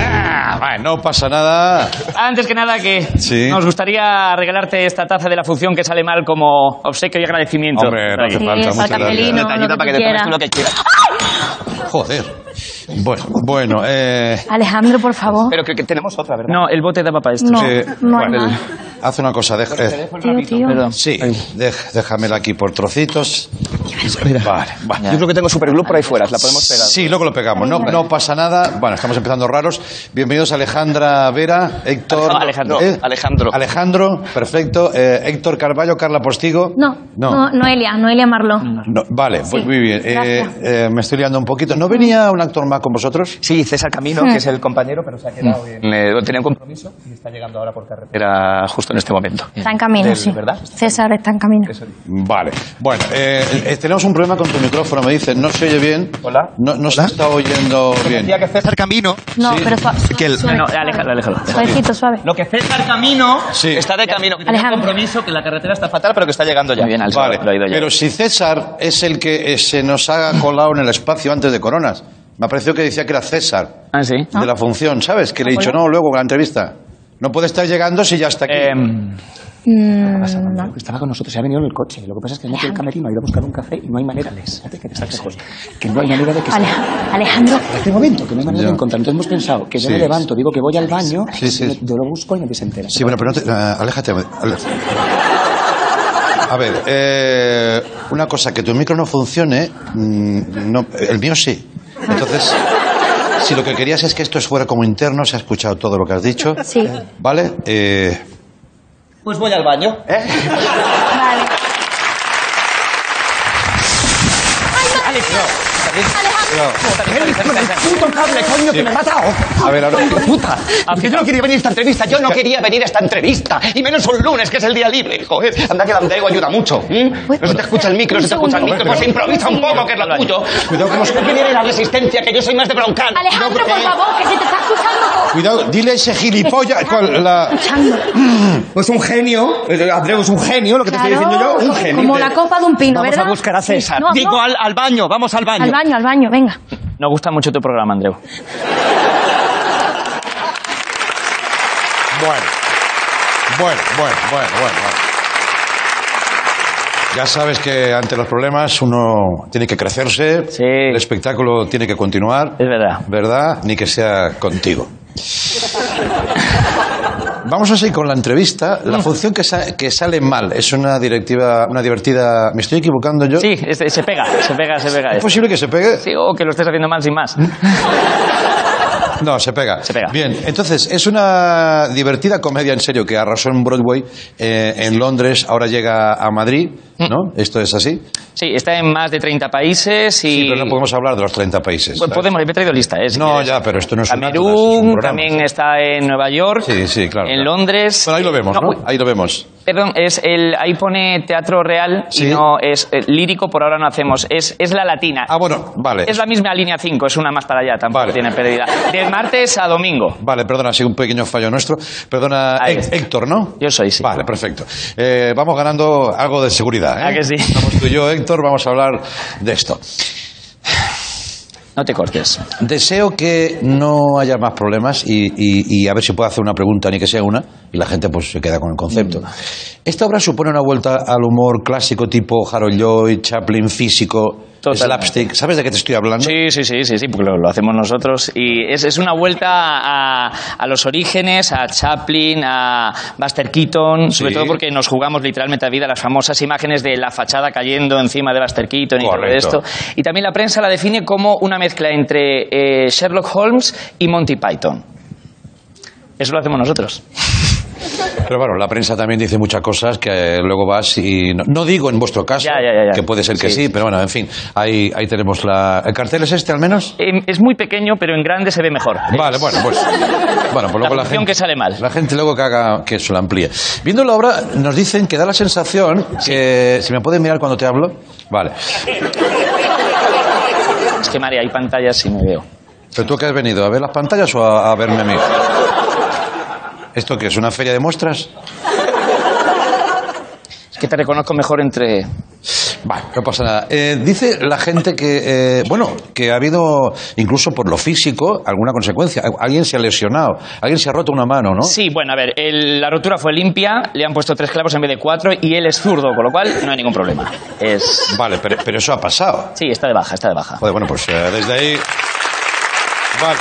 S2: Ah, bueno, no pasa nada.
S11: Antes que nada, que
S2: Sí.
S11: nos gustaría regalarte esta taza de la función que sale mal como obsequio y agradecimiento.
S2: Hombre, no hace
S11: Ahí.
S2: falta, Sí, muchas gracias. papelino,
S11: Detallito
S2: lo que
S11: para
S2: tú
S11: que te
S2: quieras.
S11: tomes tú lo que quieras.
S2: Joder. Bueno, bueno. Eh,
S12: Alejandro, por favor.
S11: Pero creo que tenemos otra, ¿verdad? No, el bote daba para esto.
S12: No,
S2: eh,
S12: no hay
S2: bueno,
S12: más.
S2: haz una cosa. Deja, eh,
S12: Tío, tío.
S2: Sí, dej- déjamela aquí por trocitos. Vale, vale.
S10: Yo creo que tengo superglue por ahí fuera, la podemos pegar.
S2: Sí, luego lo pegamos. No, no pasa nada. Bueno, estamos empezando raros. Bienvenidos Alejandra Vera, Héctor.
S10: Alejandro,
S2: ¿Eh?
S10: Alejandro.
S2: Alejandro, perfecto. Eh, Héctor Carballo, Carla Postigo.
S12: No,
S2: No.
S12: no, Noelia, Noelia
S11: Mm.
S12: Marlón.
S2: No, vale, pues
S12: Sí,
S2: muy bien. Eh,
S12: gracias.
S2: eh, me estoy liando un poquito. ¿No venía un actor más con vosotros?
S10: Sí, César Camino, que es el compañero, pero se ha quedado. en- eh, tenía un compromiso y está llegando ahora por carretera justo en este momento.
S12: Está en camino,
S10: Del-
S12: sí.
S10: ¿Verdad?
S12: César está en camino.
S2: Vale. Bueno, eh, eh, tenemos un problema con tu micrófono. Me dice, no se oye bien. Hola. No, no se está oyendo bien.
S10: Decía que César Camino.
S12: No,
S2: Sí.
S12: pero sua- suave.
S10: Que el-
S12: suave,
S11: No, aléjalo, aléjalo.
S12: Suavecito, suave.
S10: Lo que César Camino
S2: Sí.
S10: está de camino, que tiene un
S12: Alejandro.
S10: compromiso, que la carretera está fatal, pero que está llegando ya. bien,
S2: Vale, pero si César es el que eh, se nos ha colado en el espacio antes de Coronas, me ha parecido que decía que era César,
S11: Ah, sí.
S2: de la función, ¿sabes? Que le he dicho, no, luego en la entrevista. No puede estar llegando si ya está aquí.
S11: Em,
S12: Mm,
S10: Claro, que Ah, Estaba con nosotros, se ha venido en el coche. Lo que pasa es que me ha metido el camerino ha ido a buscar un café y no hay manera de fíjate que te estás lejos, que no hay manera de que
S12: Ale- Alejandro.
S10: En este momento, que no hay manera de
S2: Ya.
S10: encontrar. Entonces hemos pensado que yo
S2: Sí.
S10: me levanto, digo que voy al baño,
S2: Sí, sí.
S10: y me- yo lo busco y nadie se entera.
S2: Sí, bueno, pero no te- ah, aléjate. ale- A ver, eh, una cosa, que tu micro no funcione, mm, no, el mío sí. Entonces, si lo que querías es que esto fuera como interno, se ha escuchado todo lo que has dicho.
S12: Sí.
S2: ¿Vale? Eh,
S10: Pues voy al baño.
S12: Vale.
S11: Alex,
S10: Alex, con el puto cable, coño, que me ha matado.
S2: A ver, (laughs) ahora-
S10: Hijo de puta. Porque yo no quería venir a esta entrevista, yo no quería venir a esta entrevista. Y menos un lunes, que es el día libre, joder. Anda que el andego ayuda mucho. ¿m?
S11: Pues
S10: No se te escucha el micro, no se te escucha el micro. Pues improvisa un poco, que es lo tuyo. Cuidado que no viene la resistencia, que yo soy más de broncal.
S12: Alejandro, por favor, que se te está escuchando. co-
S2: cuidado, dile a ese gilipollas. ¿cuál, la...
S12: Escuchando.
S13: Pues un genio, eh, Andreu es un genio, lo que te estoy
S12: Claro,
S13: diciendo yo, un genio.
S12: Como la copa de un pino,
S13: Vamos a
S12: ¿verdad?
S13: buscar a César.
S12: Sí. No,
S11: Digo,
S12: no,
S11: al, al baño, vamos al baño.
S12: al baño, al baño, venga.
S11: Nos gusta mucho tu programa, Andreu.
S2: Bueno, bueno, bueno, bueno, bueno. bueno. Ya sabes que ante los problemas uno tiene que crecerse, el espectáculo tiene que continuar. Es verdad. ¿Verdad? Ni que sea contigo. Vamos a seguir con la entrevista. La función que, sa- que sale mal es una directiva, una divertida. ¿Me estoy equivocando yo?
S11: Sí, es- se pega, se pega, se pega.
S2: ¿Es posible que se pegue?
S11: Sí, o que lo estés haciendo mal sin más.
S2: No, se pega. Se pega. Bien, entonces, es una divertida comedia en serio que arrasó en Broadway, eh, en Londres, ahora llega a Madrid, ¿no? Esto es así.
S11: Mm. Sí, está en más de 30 países y...
S2: Pero no podemos hablar de los 30 países.
S11: Bueno, podemos, he traído lista. eh, si
S2: No,
S11: quieres.
S2: ya, pero esto no es un atlas, es un
S11: Camerún,
S2: programa.
S11: también está en Nueva York,
S2: Sí, sí, claro.
S11: en
S2: claro.
S11: Londres...
S2: Bueno, ahí lo vemos,
S11: No,
S2: ¿no?
S11: uy.
S2: Ahí lo vemos.
S11: Perdón, es el, ahí pone teatro real y no es eh, lírico, por ahora no hacemos. Es, es la latina. Ah,
S2: bueno, vale.
S11: Es la misma línea 5, es una más para allá, tampoco tiene pérdida. De martes a domingo.
S2: Vale, perdona, ha sido un pequeño fallo nuestro. Perdona, Hé- Héctor, ¿no?
S11: Yo soy, sí.
S2: Vale, perfecto. Eh, vamos ganando algo de seguridad, ¿eh?
S11: ¿A que sí?
S2: Vamos tú y yo, Héctor, vamos a hablar de esto.
S11: No te cortes.
S2: Deseo que no haya más problemas y, y- y a ver si puedo hacer una pregunta, ni que sea una, y la gente pues se queda con el concepto.
S11: Mm.
S2: ¿Esta obra supone una vuelta al humor clásico tipo Harold Lloyd, Chaplin, físico, slapstick? ¿Sabes de qué te estoy hablando?
S11: Sí, sí, sí, sí, sí, porque lo, lo hacemos nosotros. Y es, es una vuelta a, a los orígenes, a Chaplin, a Buster Keaton, sobre
S2: Sí.
S11: todo porque nos jugamos literalmente a vida las famosas imágenes de la fachada cayendo encima de Buster Keaton y
S2: Correcto.
S11: todo esto. Y también la prensa la define como una mezcla entre eh, Sherlock Holmes y Monty Python. Eso lo hacemos nosotros.
S2: Pero bueno, la prensa también dice muchas cosas que eh, luego vas y... No, no digo en vuestro caso, que puede ser que sí. pero bueno, en fin, ahí, ahí tenemos la... ¿El cartel es este al menos?
S11: Em, Es muy pequeño, pero en grande se ve mejor.
S2: Vale,
S11: Es-
S2: bueno, pues, bueno, pues luego la,
S11: función
S2: gente,
S11: que sale mal.
S2: La gente luego que haga que se la amplíe. Viendo la obra, nos dicen que da la sensación que. ¿Se me puede mirar cuando te hablo? Vale.
S11: Es que, María, hay pantallas y me veo.
S2: ¿Pero tú qué has venido? ¿A ver las pantallas o a, a verme a mí? ¿Esto qué es? ¿Una feria de muestras?
S11: Es que te reconozco mejor entre.
S2: Vale, no pasa nada. Eh, dice la gente que, eh, bueno, que ha habido, incluso por lo físico, alguna consecuencia. Alguien se ha lesionado, alguien se ha roto una mano, ¿no?
S11: Sí, bueno, a ver, el- la rotura fue limpia, le han puesto tres clavos en vez de cuatro y él es zurdo, con lo cual no hay ningún problema. Es...
S2: Vale, pero, pero eso ha pasado.
S11: Sí, está de baja, está de baja.
S2: Joder, bueno, pues eh, desde ahí. Vale.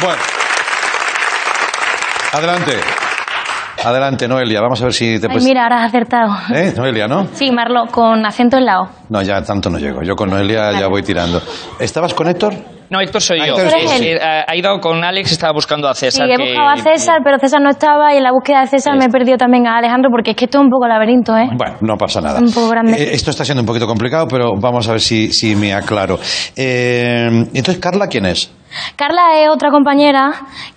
S2: Bueno. Adelante. Adelante, Noelia. Vamos a ver si te
S12: Ay,
S11: pues
S2: puedes.
S12: mira, ahora has acertado.
S2: ¿Eh? Noelia, ¿no?
S12: Sí, Marlo, con acento en la O.
S2: No, ya tanto no llego. Yo con Noelia ya voy tirando. ¿Estabas con Héctor?
S11: No, Héctor soy
S2: Ah,
S11: yo.
S2: Héctor
S12: eres
S11: Eh,
S12: él.
S11: eh, ha- ha ido con Alex, estaba buscando a
S12: Sí,
S11: César.
S12: he
S11: que-
S12: buscado a César, pero César no estaba y en la búsqueda de César me he perdido también a Alejandro porque es que esto es un poco laberinto, ¿eh?
S2: Bueno, no pasa nada.
S12: Un poco grande.
S2: Eh, esto está siendo un poquito complicado, pero vamos a ver si, si me aclaro. Eh, entonces, Carla, ¿quién es?
S12: Carla es otra compañera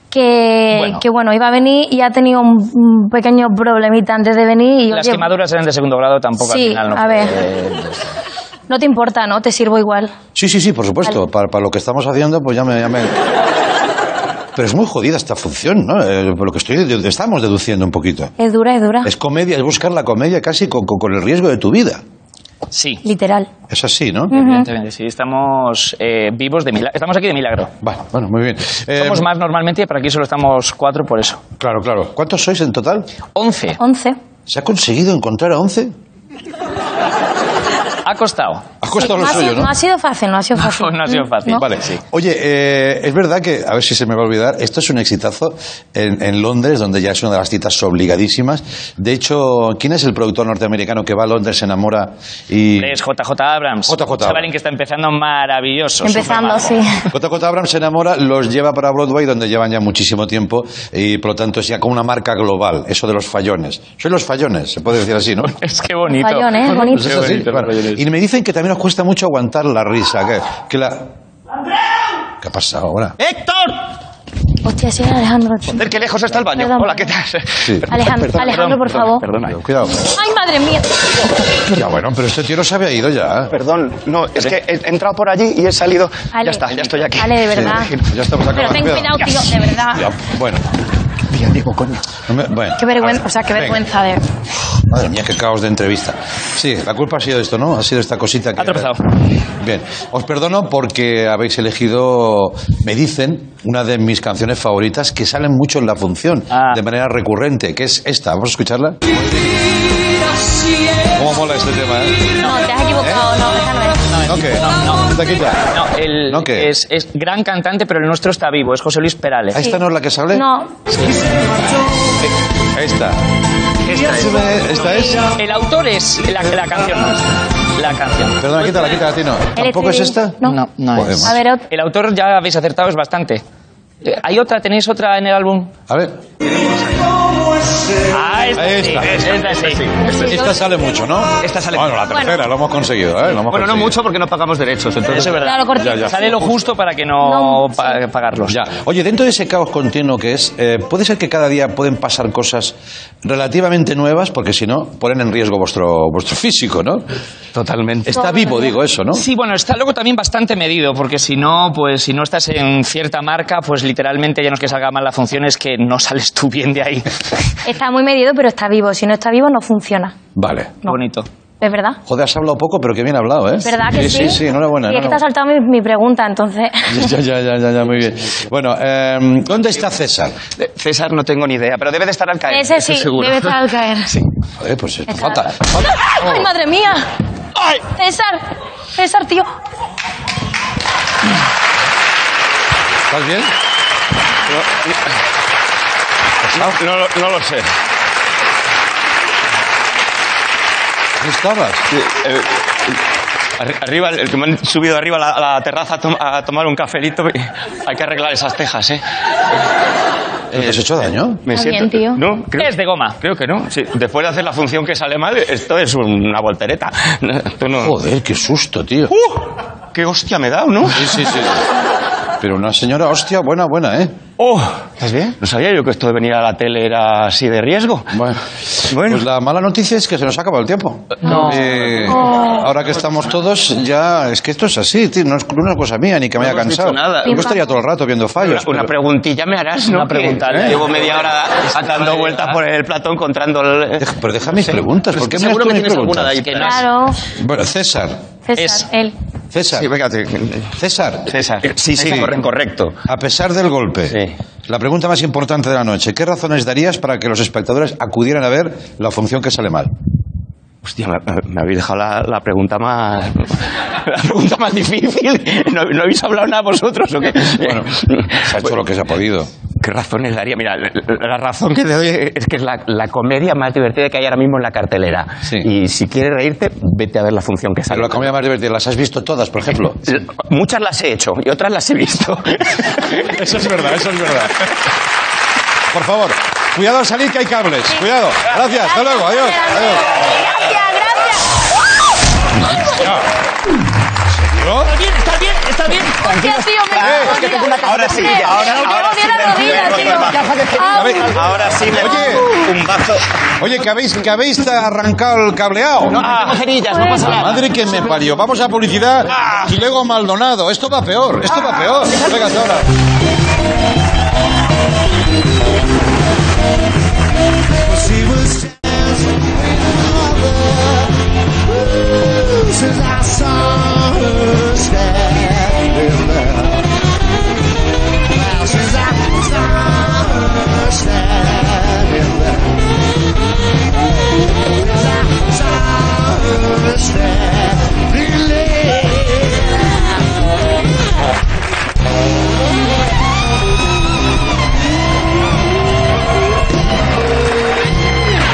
S12: que
S2: Bueno.
S12: bueno. que, bueno, iba a venir y ha tenido un, un pequeño problemita antes de venir. Y,
S11: Las
S12: oye,
S11: quemaduras eran de segundo grado, tampoco
S12: Sí,
S11: al final. No
S12: a ver.
S11: fue-
S12: No te importa, ¿no? Te sirvo igual.
S2: Sí, sí, sí, por supuesto. Para, para lo que estamos haciendo, pues ya me... ya me- Pero es muy jodida esta función, ¿no? Eh, por lo que estoy, estamos deduciendo un poquito.
S14: Ah.
S12: Es dura, es dura.
S2: Es comedia, es buscar la comedia casi con, con- con el riesgo de tu vida.
S11: Sí.
S12: Literal.
S2: Es así, ¿no?
S11: Evidentemente, sí. Estamos eh, vivos de milagro. Estamos aquí de milagro.
S2: Bueno, bueno, muy bien. Eh,
S11: Somos más normalmente, pero aquí solo estamos cuatro por eso.
S2: Claro, claro. ¿Cuántos sois en total?
S11: Once.
S12: Once.
S2: ¿Se ha conseguido encontrar a once?
S11: Ha costado.
S2: Ha costado
S12: no,
S2: lo
S12: ha
S2: suyo,
S12: sido,
S2: ¿no?
S12: no ha sido fácil, no ha sido fácil.
S11: No ha sido fácil.
S2: Vale. Oye, eh, es verdad que, a ver si se me va a olvidar, esto es un exitazo en, en Londres, donde ya es una de las citas obligadísimas. De hecho, ¿quién es el productor norteamericano que va a Londres, se enamora y...
S11: Es JJ Abrams.
S2: JJ
S11: Un chavalín que está empezando maravilloso. (laughs)
S12: Empezando, sí.
S11: supermago.
S2: JJ Abrams se enamora, los lleva para Broadway, donde llevan ya muchísimo tiempo, y por lo tanto es ya como una marca global, eso de los fallones. Soy los fallones, se puede decir así, ¿no?
S11: Es que bonito.
S12: Fallón, ¿eh? Bonito.
S2: Pues es así, claro. Y me dicen que también os cuesta mucho aguantar la risa, que, que la... ¿Qué ha pasado ahora?
S10: ¡Héctor!
S12: Hostia, sí, Alejandro.
S10: Joder, qué lejos está el baño.
S12: Perdón.
S10: Hola, ¿qué tal?
S2: Sí.
S12: Alejandro, Alejandro, por favor.
S2: favor. Cuidado.
S12: Ay, madre mía.
S2: Ya bueno, pero este tío no se había ido ya.
S10: Perdón, no, es que he entrado por allí y he salido.
S12: Ale.
S10: Ya está, ya estoy aquí.
S12: Ale, de verdad.
S2: Ya estamos
S12: Pero
S2: acabando.
S12: ten cuidado, tío, de verdad.
S2: Ya, bueno. No me- bueno.
S12: Qué vergüenza, o sea, qué
S2: Venga.
S12: vergüenza de...
S2: Madre mía, qué caos de entrevista. Sí, la culpa ha sido esto, ¿no? Ha sido esta cosita que... Ha tropezado. Bien, os perdono porque habéis elegido, me dicen, una de mis canciones favoritas que salen mucho en la función, de manera recurrente, que es esta. Vamos a escucharla. ¿Cómo mola este tema, eh?
S12: No, te has equivocado, no, esta no es.
S2: ¿No qué? ¿Esta aquí ya?
S11: No, el es, es gran cantante, pero el nuestro está vivo. Es José Luis Perales.
S2: ¿Ah, ¿Esta no es la que sale?
S12: No,
S2: Esta.
S11: Esta es.
S2: ¿Esta es?
S11: El autor es la, la canción. La canción.
S2: Perdona, quítala, quítala, Tino. ¿Tampoco es esta?
S12: No,
S11: no, no
S2: Joder,
S11: es.
S2: macho. A
S11: el autor ya habéis acertado, es bastante. Eh, ¿Hay otra? ¿Tenéis otra en el álbum?
S2: A ver.
S11: Ah, esta,
S2: Ahí está,
S11: sí,
S2: esta,
S11: esta sí.
S2: Esta sale mucho, ¿no? Esta sale eh, Bueno, la tercera, lo hemos conseguido, ¿eh? Lo hemos
S10: Bueno, no
S2: conseguido.
S10: mucho porque no pagamos derechos. Entonces...
S11: Eso es verdad.
S12: Claro, cortito.
S2: Ya, ya.
S11: Sale lo justo para que no, pa- pagarlos.
S2: Ya. Oye, dentro de ese caos continuo que es, eh, puede ser que cada día pueden pasar cosas relativamente nuevas, porque si no, ponen en riesgo vuestro, vuestro físico, ¿no?
S10: Totalmente.
S2: Está vivo, digo eso, ¿no?
S11: Sí, bueno, está luego también bastante medido, porque si no, pues si no estás en cierta marca, pues literalmente ya no es que salga mal la función, es que no sales tú bien de ahí.
S12: está muy medido, pero está vivo. Si no está vivo, no funciona.
S2: Vale.
S11: Bonito.
S12: ¿Es verdad?
S2: Joder, has hablado poco, pero qué bien hablado, ¿eh?
S12: ¿Verdad que sí?
S2: Sí, sí, enhorabuena.
S12: Y es que te
S2: enhorabuena.
S12: ha saltado mi, mi pregunta, entonces...
S2: (laughs) Ya, ya, ya, ya, ya, muy bien. Bueno, eh, ¿dónde está César?
S10: Eh, César, no tengo ni idea, pero debe de estar al caer.
S12: Ese
S10: eso
S12: sí,
S10: seguro.
S12: debe estar al caer.
S2: Joder, pues esto
S12: Está-
S2: falta.
S12: ¡Ay, madre mía! César, César, tío.
S2: ¿Estás bien?
S3: No, lo- no lo sé.
S2: ¿Dónde estabas?
S10: Eh, arri- Arriba, el que me han subido arriba a la, a la terraza a, tom- a tomar un cafelito, y hay que arreglar esas tejas, ¿eh?
S2: ¿Te
S8: Eh,
S2: has hecho daño?
S10: Me
S12: Está
S10: siento.
S12: bien, tío.
S10: No, creo,
S11: Es de goma.
S10: creo que no. Sí, después de hacer la función que sale mal, esto es una voltereta.
S8: (laughs)
S10: No, Tú no.
S2: Joder, qué susto, tío.
S10: ¡Uh! ¡Qué hostia me he dado, no!
S2: Sí, sí, sí. Pero una señora, hostia, buena, buena, ¿eh?
S10: ¡Oh! ¿Estás bien? No sabía yo que esto de venir a la tele era así de riesgo.
S2: Bueno,
S10: Bueno.
S2: pues la mala noticia es que se nos ha acabado el tiempo.
S11: No.
S2: Eh, Ahora que estamos todos, ya es que esto es así, tío, no es una cosa mía ni que me
S10: No
S2: haya
S10: hemos
S2: cansado.
S10: dicho nada.
S2: Yo estaría todo el rato viendo fallos.
S10: Una
S2: pero-
S10: preguntilla me harás, ¿no?
S11: Una pregunta,
S10: Que
S11: ¿eh?
S10: Llevo media hora dando vueltas por el plato encontrando el... Pues
S2: Deja- pero deja mis preguntas, ¿por qué me das
S10: Seguro
S2: tú
S10: que
S2: mis
S10: tienes alguna
S2: preguntas?
S10: de ahí.
S11: Que no es-
S12: Claro,
S2: Bueno, César,
S12: César,
S11: Es-
S12: él.
S2: César,
S10: Sí, venga, te-
S2: César, Eh,
S10: César. Sí, sí, correcto, correcto.
S2: a pesar del golpe,
S10: Sí.
S2: la pregunta más importante de la noche, ¿qué razones darías para que los espectadores acudieran a ver la función que sale mal?
S10: Hostia, me, me habéis dejado la, la pregunta más... La pregunta más difícil. ¿No, no habéis hablado nada vosotros o qué? (laughs)
S2: Bueno, se ha hecho lo que se ha podido.
S10: ¿Qué razones daría? Mira, la, la razón que te doy es que es la, la comedia más divertida que hay ahora mismo en la cartelera.
S2: Sí.
S10: Y si quieres reírte, vete a ver la función que sale.
S2: Pero la comedia más divertida, ¿las has visto todas, por ejemplo?
S10: Muchas las he hecho y otras las he
S8: (laughs)
S10: visto.
S2: Eso es verdad, eso es verdad. Por favor, cuidado al salir que hay cables. Cuidado. Gracias, hasta luego, adiós. adiós.
S12: Gracias, gracias.
S11: Está bien, está bien, está bien.
S12: Hostia, tío, me
S2: Eh,
S12: cago, tío.
S10: Ahora sí,
S12: Hombre,
S10: ahora-
S12: me
S10: ahora
S12: cago
S10: sí,
S12: bien la
S10: tranquilo,
S12: rodilla, tío. Ah, pues,
S10: ya
S12: Au.
S10: Ahora sí le
S2: Oye.
S10: un vaso.
S2: Oye, que habéis, que habéis arrancado el cableado.
S10: Ah, cerillas, no pasa nada.
S2: Madre que me parió. Vamos a publicidad y luego Maldonado. Esto va peor, esto va peor. Venga, hasta ahora.
S8: She was dancing with another. Ooh.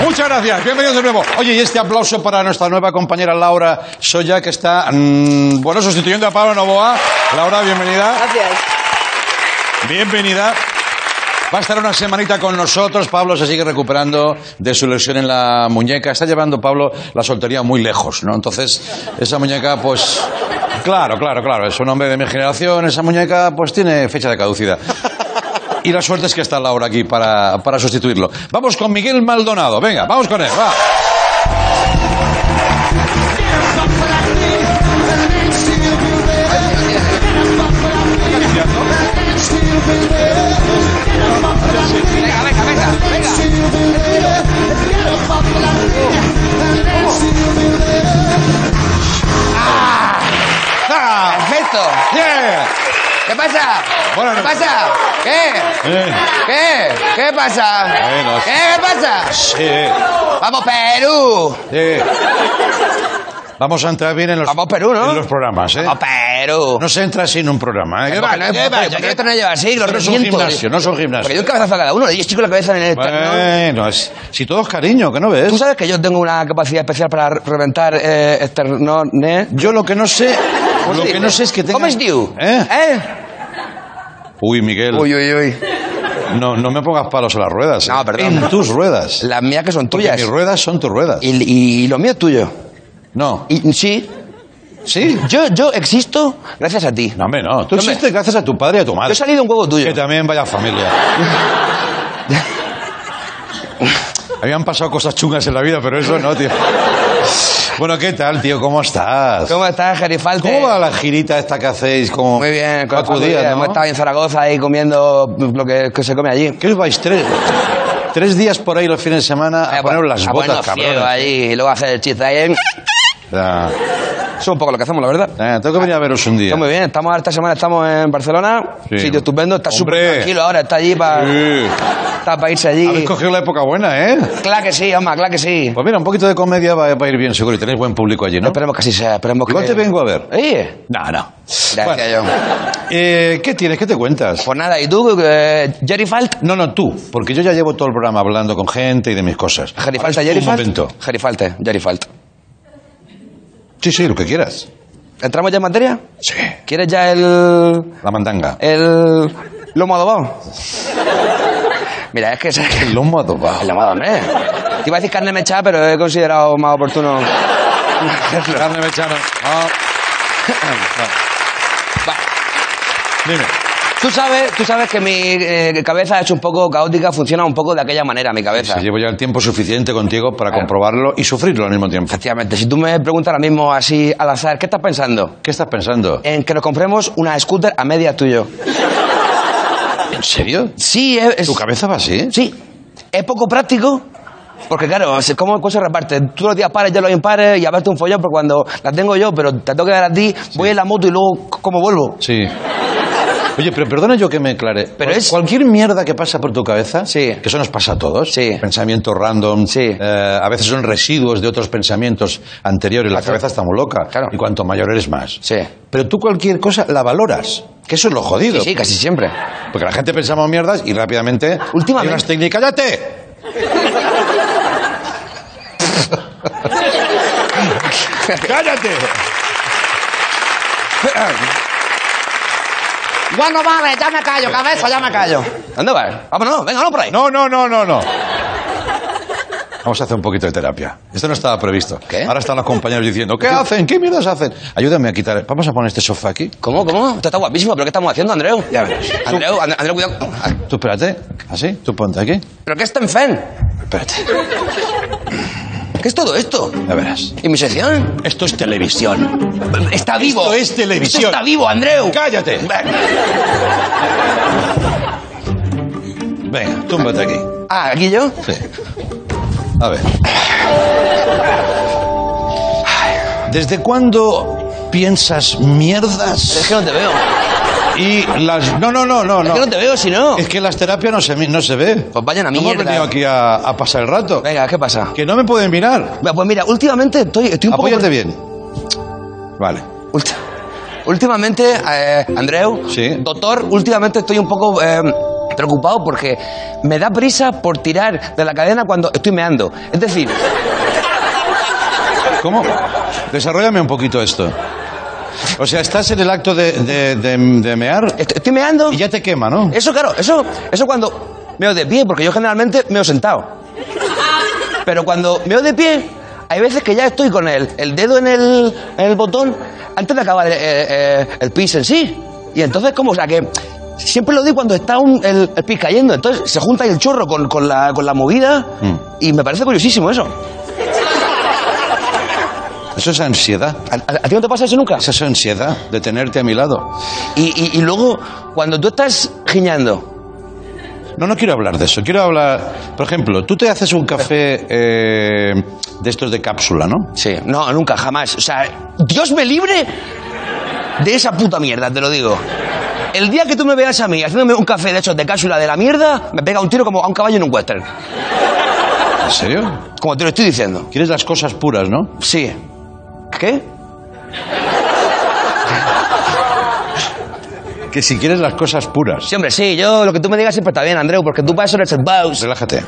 S2: Muchas gracias, bienvenidos de nuevo. Oye, y este aplauso para nuestra nueva compañera Laura Soya, que está, mm, bueno, sustituyendo a Pablo Novoa. Laura, bienvenida. Gracias. Bienvenida. Va a estar una semanita con nosotros. Pablo se sigue recuperando de su lesión en la muñeca. Está llevando Pablo la soltería muy lejos, ¿no? Entonces, esa muñeca, pues. Claro, claro, claro. Es un hombre de mi generación. Esa muñeca, pues, tiene fecha de caducidad. Y la suerte es que está Laura aquí para, para sustituirlo. Vamos con Miguel Maldonado. Venga, vamos con él. Va. ¡Ah!
S8: Perfecto. ¿Qué pasa? ¿Qué pasa? ¿Qué?
S2: Eh,
S8: ¿Qué? ¿Qué pasa?
S2: Bueno.
S8: ¿Qué? ¿Qué pasa?
S2: sí,
S8: Vamos Perú.
S2: sí. Vamos a entrar bien en los, en los programas, ¿eh?
S8: Perú.
S2: No se entra sin un programa, ¿eh? ¿Qué
S8: ¿Qué
S2: va?
S8: pasa? ¿Qué pasa? ¿Por qué esto no lleva siglos?
S2: Pero
S8: Lo
S2: es un
S8: siento.
S2: gimnasio, no es un gimnasio.
S8: Porque yo un cabezazo a cada uno, le di chico la cabeza en el
S2: Bueno, es- si todo es cariño, que no ves.
S8: ¿Tú sabes que yo tengo una capacidad especial para re- reventar eh, externones?
S2: Yo lo que no sé... Lo que no sé es que tenga...
S8: Pues ¿Cómo es diu?
S2: ¿Eh?
S8: ¿Eh?
S2: Uy, Miguel.
S8: Uy, uy, uy.
S2: No, no me pongas palos en las ruedas. No,
S8: perdón.
S2: En tus ruedas.
S8: Las mías que son
S2: Porque
S8: tuyas.
S2: mis ruedas son tus ruedas.
S8: Y, y lo mío es tuyo.
S2: No.
S8: Y, sí.
S2: ¿Sí?
S8: Yo, yo existo gracias a ti.
S2: No, hombre, no. Tú
S8: Yo me-
S2: existes gracias a tu padre y a tu madre.
S8: Yo he salido un huevo tuyo.
S2: Que también vaya
S8: (laughs)
S2: familia. Habían pasado cosas chungas en la vida, pero eso no, tío. Bueno, ¿qué tal, tío? ¿Cómo estás?
S8: ¿Cómo estás, Gerifalte?
S2: ¿Cómo va la girita esta que hacéis? Como
S8: Muy bien, con la
S2: cuatro
S8: familia.
S2: días, ¿no?
S8: Hemos estado en Zaragoza ahí comiendo lo que, que se come allí.
S2: ¿Qué os vais? Tres, tres días por ahí los fines de semana a poner las
S8: Ah,
S2: botas,
S8: bueno, ciego
S2: cabrones.
S8: allí y luego hacer el chiste ahí. en-
S2: Ya.
S8: Eso es un poco lo que hacemos, la verdad.
S2: Eh, tengo que venir a veros un día.
S8: Está muy bien, estamos esta semana estamos en Barcelona,
S2: Sí.
S8: sitio estupendo, está
S2: Hombre.
S8: súper tranquilo ahora, está allí para
S2: Sí.
S8: irse allí.
S2: Habéis cogido la época buena, ¿eh?
S8: Claro que sí, hombre, claro que sí.
S2: Pues mira, un poquito de comedia va, va a ir bien seguro y tenéis buen público allí, ¿no?
S8: Esperemos que así sea, esperemos
S2: Igual
S8: que...
S2: te vengo a ver.
S8: ¿Eh?
S2: No, no.
S8: Gracias,
S2: Bueno.
S8: John.
S2: Eh, ¿Qué tienes? ¿Qué te cuentas?
S8: Pues nada, ¿y tú, eh, Jerry Falt?
S2: No, no, tú, porque yo ya llevo todo el programa hablando con gente y de mis cosas.
S8: Jerry Falt,
S2: Ahora es
S8: Jerry
S2: tu
S8: Falt.
S2: momento.
S8: Jerry Falt, Jerry Falt.
S2: Sí, sí, lo que quieras.
S8: ¿Entramos ya en materia?
S2: Sí.
S8: ¿Quieres ya el...
S2: La mandanga.
S8: el... lomo adobado? Mira, es que...
S2: El lomo adobado.
S8: El lomo adobado, hombre. Te iba a decir carne mechada, pero he considerado más oportuno...
S2: (laughs) Carne mechana. Ah.
S8: Vale.
S2: Dime.
S8: Tú sabes, tú sabes que mi eh, cabeza es un poco caótica, funciona un poco de aquella manera mi cabeza.
S2: Sí, llevo ya el tiempo suficiente contigo para comprobarlo y sufrirlo al mismo tiempo.
S8: Efectivamente, si tú me preguntas ahora mismo así al azar, ¿qué estás pensando?
S2: ¿Qué estás pensando?
S8: En que nos compremos una scooter a media tuyo.
S2: ¿En serio?
S8: Sí, es, es-
S2: ¿Tu cabeza va así?
S8: sí, es poco práctico. Porque claro, o sea, ¿cómo, cómo se reparte? Tú los días pares, yo los impares y a verte un follón, pero cuando la tengo yo, pero te tengo que dar a ti, voy en la moto y luego, ¿cómo vuelvo?
S2: Sí. Oye, pero perdona yo que me aclare.
S8: Pero es-
S2: Cualquier mierda que pasa por tu cabeza,
S8: Sí.
S2: que eso nos pasa a todos,
S8: Sí.
S2: pensamientos random,
S8: Sí.
S2: eh, a veces son residuos de otros pensamientos anteriores, la cabeza está muy loca,
S8: Claro.
S2: y cuanto mayor eres más.
S8: Sí.
S2: Pero tú cualquier cosa la valoras, que eso es lo jodido.
S8: Sí, sí, casi siempre.
S2: Porque la gente pensamos mierdas y rápidamente... Hay
S8: Últimamente-
S2: unas técnicas, ¡cállate! ¡Cállate!
S8: Bueno, vale, ya me callo, cabeza, ya me callo. ¿Dónde vas? Vámonos, Ah, venga, vamos por ahí.
S2: No, no, no, no, no. Vamos a hacer un poquito de terapia. Esto no estaba previsto.
S8: ¿Qué?
S2: Ahora están los compañeros diciendo, ¿qué hacen? ¿Qué mierdas hacen? Ayúdame a quitar. Vamos a poner este sofá aquí.
S8: ¿Cómo, cómo? Esto está guapísimo, pero ¿qué estamos haciendo, Andreu? Ya ves. Andreu, And- Andreu, cuidado. Ah,
S2: Tú espérate. ¿Así? Tú ponte aquí.
S8: ¿Pero qué es Tenfen?
S2: Espérate.
S8: ¿Qué es todo esto?
S2: Ya verás.
S8: ¿Y mi sección?
S2: Esto es televisión.
S8: Está vivo.
S2: Esto es televisión.
S8: Esto está vivo, Andreu.
S2: ¡Cállate!
S8: Venga.
S2: Venga, túmbate aquí.
S8: Ah, ¿aquí yo?
S2: Sí. A ver. ¿Desde cuándo piensas
S8: Es
S2: mierdas
S8: que no te veo.
S2: y las... No, no, no, no,
S8: Es
S2: no.
S8: que no te veo, si (laughs) no.
S2: Es que las terapias no se, mi- no se ve.
S8: Pues vayan a
S2: No hemos
S8: mierda.
S2: venido aquí a, a pasar el rato.
S8: Venga, ¿qué pasa?
S2: Que no me pueden mirar.
S8: Bueno, Pues mira, últimamente estoy, estoy un
S2: Apóyate
S8: poco...
S2: bien. Vale.
S8: Ulti- Últimamente, eh, Andreu,
S2: Sí.
S8: doctor, últimamente estoy un poco eh, preocupado porque me da prisa por tirar de la cadena cuando estoy meando. Es decir,
S2: ¿Cómo? Desarrollame un poquito esto. O sea, estás en el acto de, de- de- de mear.
S8: Estoy meando.
S2: Y ya te quema, ¿no?
S8: eso claro, eso, eso cuando meo de pie, porque yo generalmente meo sentado. Pero cuando meo de pie, hay veces que ya estoy con el, el dedo en el, en el botón antes de acabar eh, eh, el pis en sí. Y entonces, ¿cómo? O sea, que siempre lo digo cuando está un- el, el pis cayendo. Entonces se junta ahí el chorro con, con la, con la movida
S2: Mm.
S8: y me parece curiosísimo eso.
S2: Eso es ansiedad.
S8: ¿A ti no te pasa eso nunca?
S2: Esa es ansiedad de tenerte a mi lado.
S8: Y, y- y luego, cuando tú estás giñando.
S2: No, no quiero hablar de eso. Quiero hablar. Por ejemplo, tú te haces un café eh, de estos de cápsula, ¿no?
S8: Sí. No, nunca, jamás. O sea, Dios me libre de esa puta mierda, te lo digo. El día que tú me veas a mí haciéndome un café de esos de cápsula de la mierda, me pega un tiro como a un caballo en un western.
S2: ¿En serio?
S8: Como te lo estoy diciendo.
S2: Quieres las cosas puras, ¿no?
S8: Sí. ¿Qué?
S2: Que si quieres las cosas puras.
S8: Sí, hombre, sí, yo lo que tú me digas siempre está bien, Andreu, porque tú para eso eres el boss.
S2: Relájate.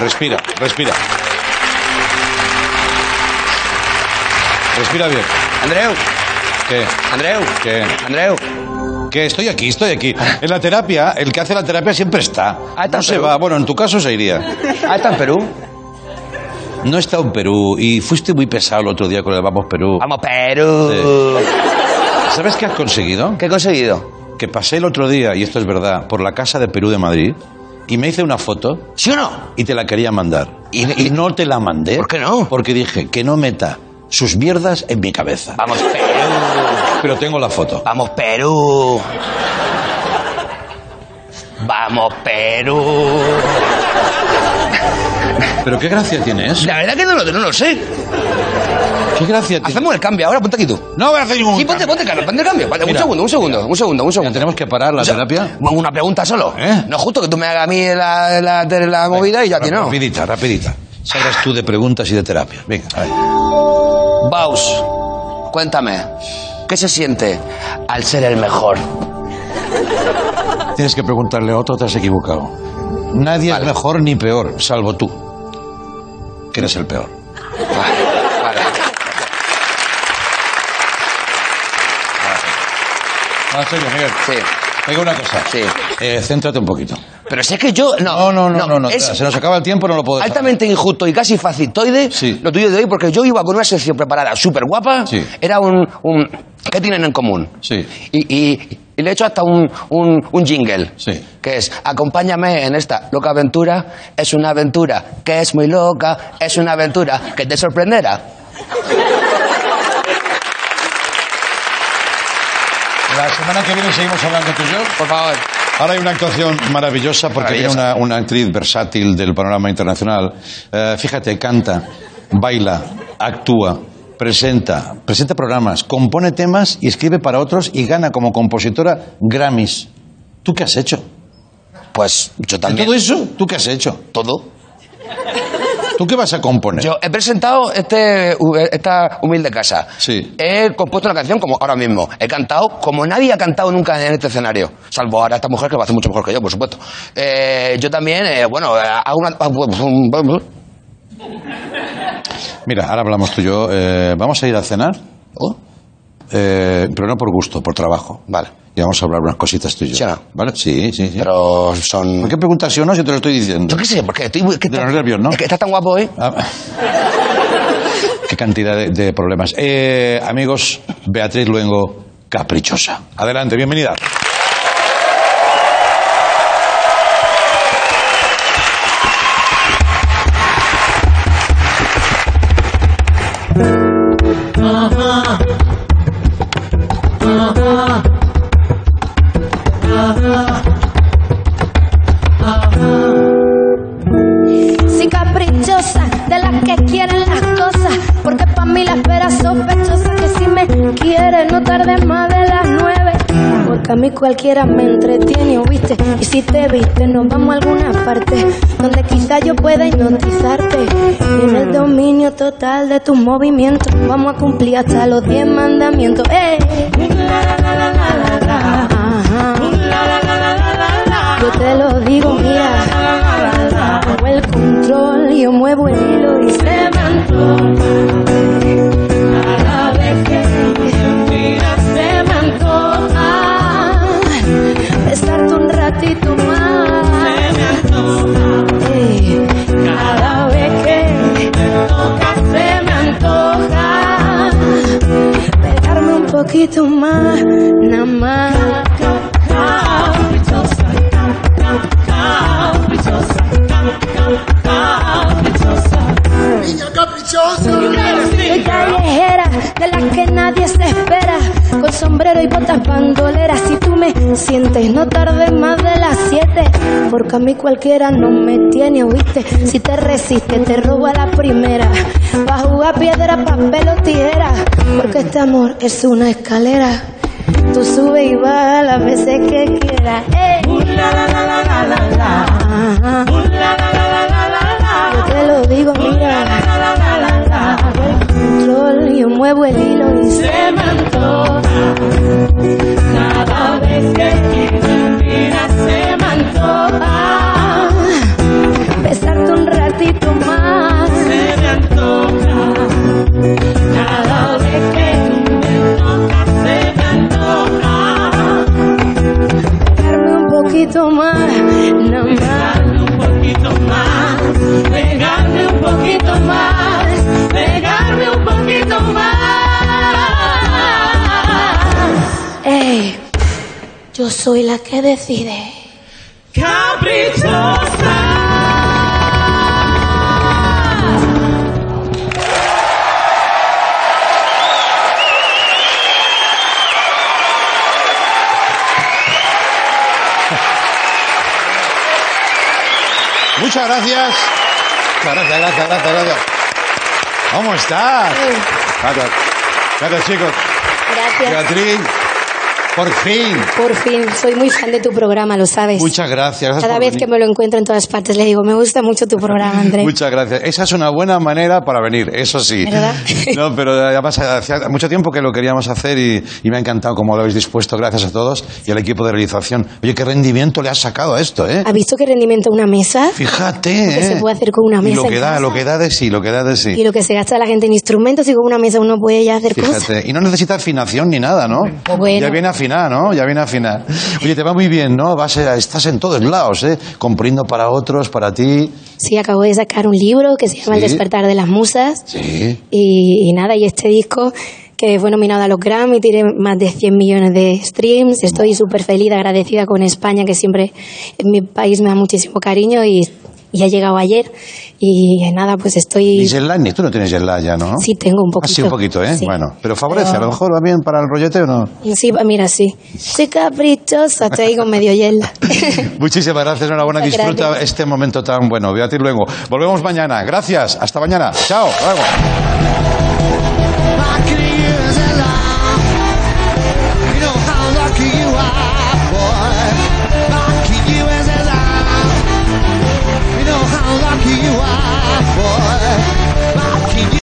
S2: Respira, respira. Respira bien.
S8: Andreu.
S2: ¿Qué?
S8: Andreu.
S2: ¿Qué?
S8: Andreu.
S2: Que estoy aquí, estoy aquí. En la terapia, el que hace la terapia siempre está.
S8: Ah, está
S2: no
S8: en
S2: se
S8: Perú.
S2: va. Bueno, en tu caso se iría.
S8: Ah, está en Perú.
S2: No está en Perú y fuiste muy pesado el otro día con el Vamos Perú.
S8: Vamos Perú.
S2: ¿Sabes qué has conseguido?
S8: ¿Qué he conseguido?
S2: Que pasé el otro día, y esto es verdad, por la casa de Perú de Madrid y me hice una foto.
S8: ¿Sí o no?
S2: Y te la quería mandar. Y, no te la mandé. ¿Por qué no? Porque dije que no meta sus mierdas en mi cabeza.
S8: Vamos Perú.
S2: Pero tengo la foto.
S8: Vamos Perú. Vamos Perú.
S2: Pero qué gracia tiene eso.
S8: La verdad que no lo, no lo sé.
S2: ¿Qué gracia tiene?
S8: Hacemos el cambio ahora, ponte aquí tú.
S2: No voy a hacer ningún
S8: Sí, ponte, ponte, Carlos, ponte el cambio. Vale, un
S2: Mira.
S8: segundo, un segundo, un segundo, un segundo.
S2: tenemos que parar la terapia? ¿Eh?
S8: Una pregunta solo. No es justo que tú me hagas a mí la, la- la movida y ya que no.
S2: Rapidita, rapidita. Sabrás tú de preguntas y de terapias. Venga, a ver.
S8: Baus, cuéntame, ¿qué se siente al ser
S2: (laughs)
S8: el mejor?
S2: Tienes que preguntarle a otro, te has equivocado. Nadie es mejor ni peor, salvo tú. Que eres el peor. No, en serio, Miguel.
S8: Sí.
S2: Digo una cosa.
S8: Sí.
S2: Eh, céntrate un poquito.
S8: Pero si es que yo. No,
S2: No, no, no, no.
S8: es-
S2: Se nos acaba el tiempo, no lo puedo dejar.
S8: Altamente injusto y casi facitoide lo tuyo de hoy, porque yo iba con una sección preparada súper guapa.
S2: Sí.
S8: Era un, un- ¿Qué tienen en común?
S2: Sí.
S8: Y, y- y le he hecho hasta un, un- un jingle.
S2: Sí.
S8: Que es, acompáñame en esta loca aventura. Es una aventura que es muy loca. Es una aventura que te sorprenderá.
S2: La semana que viene seguimos hablando tú y yo. Por favor. Ahora hay una actuación maravillosa porque
S8: Maravillosa.
S2: viene una, una actriz versátil del panorama internacional. Eh, fíjate, canta, baila, actúa, presenta, presenta programas, compone temas y escribe para otros y gana como compositora Grammys. ¿Tú qué has hecho?
S8: Pues yo
S2: ¿De
S8: también.
S2: todo eso? ¿Tú qué has hecho?
S8: Todo.
S2: ¿Tú qué vas a componer?
S8: Yo he presentado este, esta humilde casa.
S2: Sí.
S8: He compuesto una canción como ahora mismo. He cantado como nadie ha cantado nunca en este escenario. Salvo ahora esta mujer que lo hace mucho mejor que yo, por supuesto. Eh, yo también, eh, bueno, eh, hago una...
S2: Mira, ahora hablamos tú y yo. Eh, ¿Vamos a ir a cenar?
S8: Oh.
S2: Eh, pero no por gusto, por trabajo.
S8: Vale.
S2: Y vamos a hablar unas cositas tú y yo.
S8: ¿Sí o no?
S2: ¿Vale? Sí, sí, sí.
S8: Pero son...
S2: ¿Por qué preguntas si o no si te lo estoy diciendo?
S8: Yo qué sé, porque estoy... muy- que
S2: De
S8: está-
S2: los nervios, ¿no?
S8: Es que estás tan guapo ¿eh? hoy.
S2: Ah. Qué cantidad de, de problemas. Eh, amigos, Beatriz Luengo, caprichosa. Adelante, bienvenida.
S14: Soy caprichosa, de las que quieren las cosas, porque pa' mí la espera es sospechosa, que si me quiere no tarde más de las nueve, porque a mí cualquiera me entretiene, ¿oíste? Y si te viste, nos vamos a alguna parte, donde quizá yo pueda hipnotizarte, y en el dominio total de tus movimientos, vamos a cumplir hasta los diez mandamientos, ¡eh! La, la, la, la, la, la, la. Ajá. te lo digo, mira. Hago el control, yo muevo el hilo y se me antoja. Cada vez que me miras, se me antoja. Estarte un ratito más. Se me antoja. Cada vez que me tocas, se me antoja. Pegarme un poquito más, nada más.
S15: Niña caprichosa.
S14: Soy callejera, de la que nadie se espera, con sombrero y botas bandoleras. Si tú me sientes, no tardes más de las siete, porque a mí cualquiera no me tiene, oíste. Si te resistes, te robo a la primera. Va a jugar piedra, papel o tijera, porque este amor es una escalera. Tú sube y baja las veces que quieras. eh. ey. Ajá. ah. Yo te lo digo, mira. Hago el control, yo muevo el hilo y se me antoja. Cada vez que me miras se me antoja. Besarte un ratito más. Se me antoja. Cada vez que me tocas se me antoja. Darme un poquito más, nada más. un poquito más. Pegarme un poquito más. Pegarme un poquito más. Ey, yo soy la que decide.
S2: Muchas gracias. Muchas gracias, gracias, gracias, gracias. ¿Cómo estás? Gracias, gracias chicos.
S16: Gracias.
S2: Beatriz, por fin.
S16: Por fin, soy muy fan de tu programa, lo sabes.
S2: Muchas gracias. gracias
S16: Cada
S2: por
S16: vez que
S2: venir.
S16: me lo encuentro en todas partes le digo, me gusta mucho tu programa, Andrés.
S2: Muchas gracias. Esa es una buena manera para venir, eso sí.
S16: ¿Verdad?
S2: (laughs) No, pero además hacía mucho tiempo que lo queríamos hacer y, y me ha encantado cómo lo habéis dispuesto. Gracias a todos y al equipo de realización. Oye, qué rendimiento le has sacado a esto, ¿eh?
S16: ¿Has visto qué rendimiento una mesa?
S2: Fíjate,
S16: Lo que
S2: ¿eh?
S16: se puede hacer con una
S2: Y
S16: mesa.
S2: lo que
S16: en
S2: da,
S16: casa.
S2: lo que da de sí, lo que da de sí.
S16: Y lo que se gasta la gente en instrumentos y con una mesa uno puede ya hacer cosas.
S2: Fíjate, y no necesita afinación ni nada, ¿no?
S16: Bueno.
S2: Ya viene a afinar, ¿no? Ya viene a afinar. Oye, te va muy bien, ¿no? Vas a- estás en todos lados, ¿eh? Componiendo para otros, para ti.
S16: Sí, acabo de sacar un libro que se llama El
S2: Sí.
S16: despertar de las musas.
S2: Sí.
S16: Y, y nada, y este disco que fue nominado a los Grammy, tiene más de 100 millones de streams. Estoy súper feliz, agradecida con España, que siempre en mi país me da muchísimo cariño y, y ha llegado ayer. Y nada, pues
S2: Y
S16: estoy...
S2: jet lag, ni tú no tienes jet lag ya, ¿no?
S16: Sí, tengo un poquito.
S2: Así un poquito, ¿eh?
S16: Sí.
S2: Bueno, pero favorece,
S16: Pero-
S2: a lo mejor va bien para el rollete
S16: (laughs)
S2: o no.
S16: Sí, va, mira, sí. Soy caprichosa, estoy ahí con medio hiela.
S2: Muchísimas gracias, enhorabuena,
S16: Muchas
S2: disfruta
S16: gracias.
S2: este momento tan bueno. Beatriz luego. Volvemos mañana, gracias, hasta mañana, chao, hasta luego.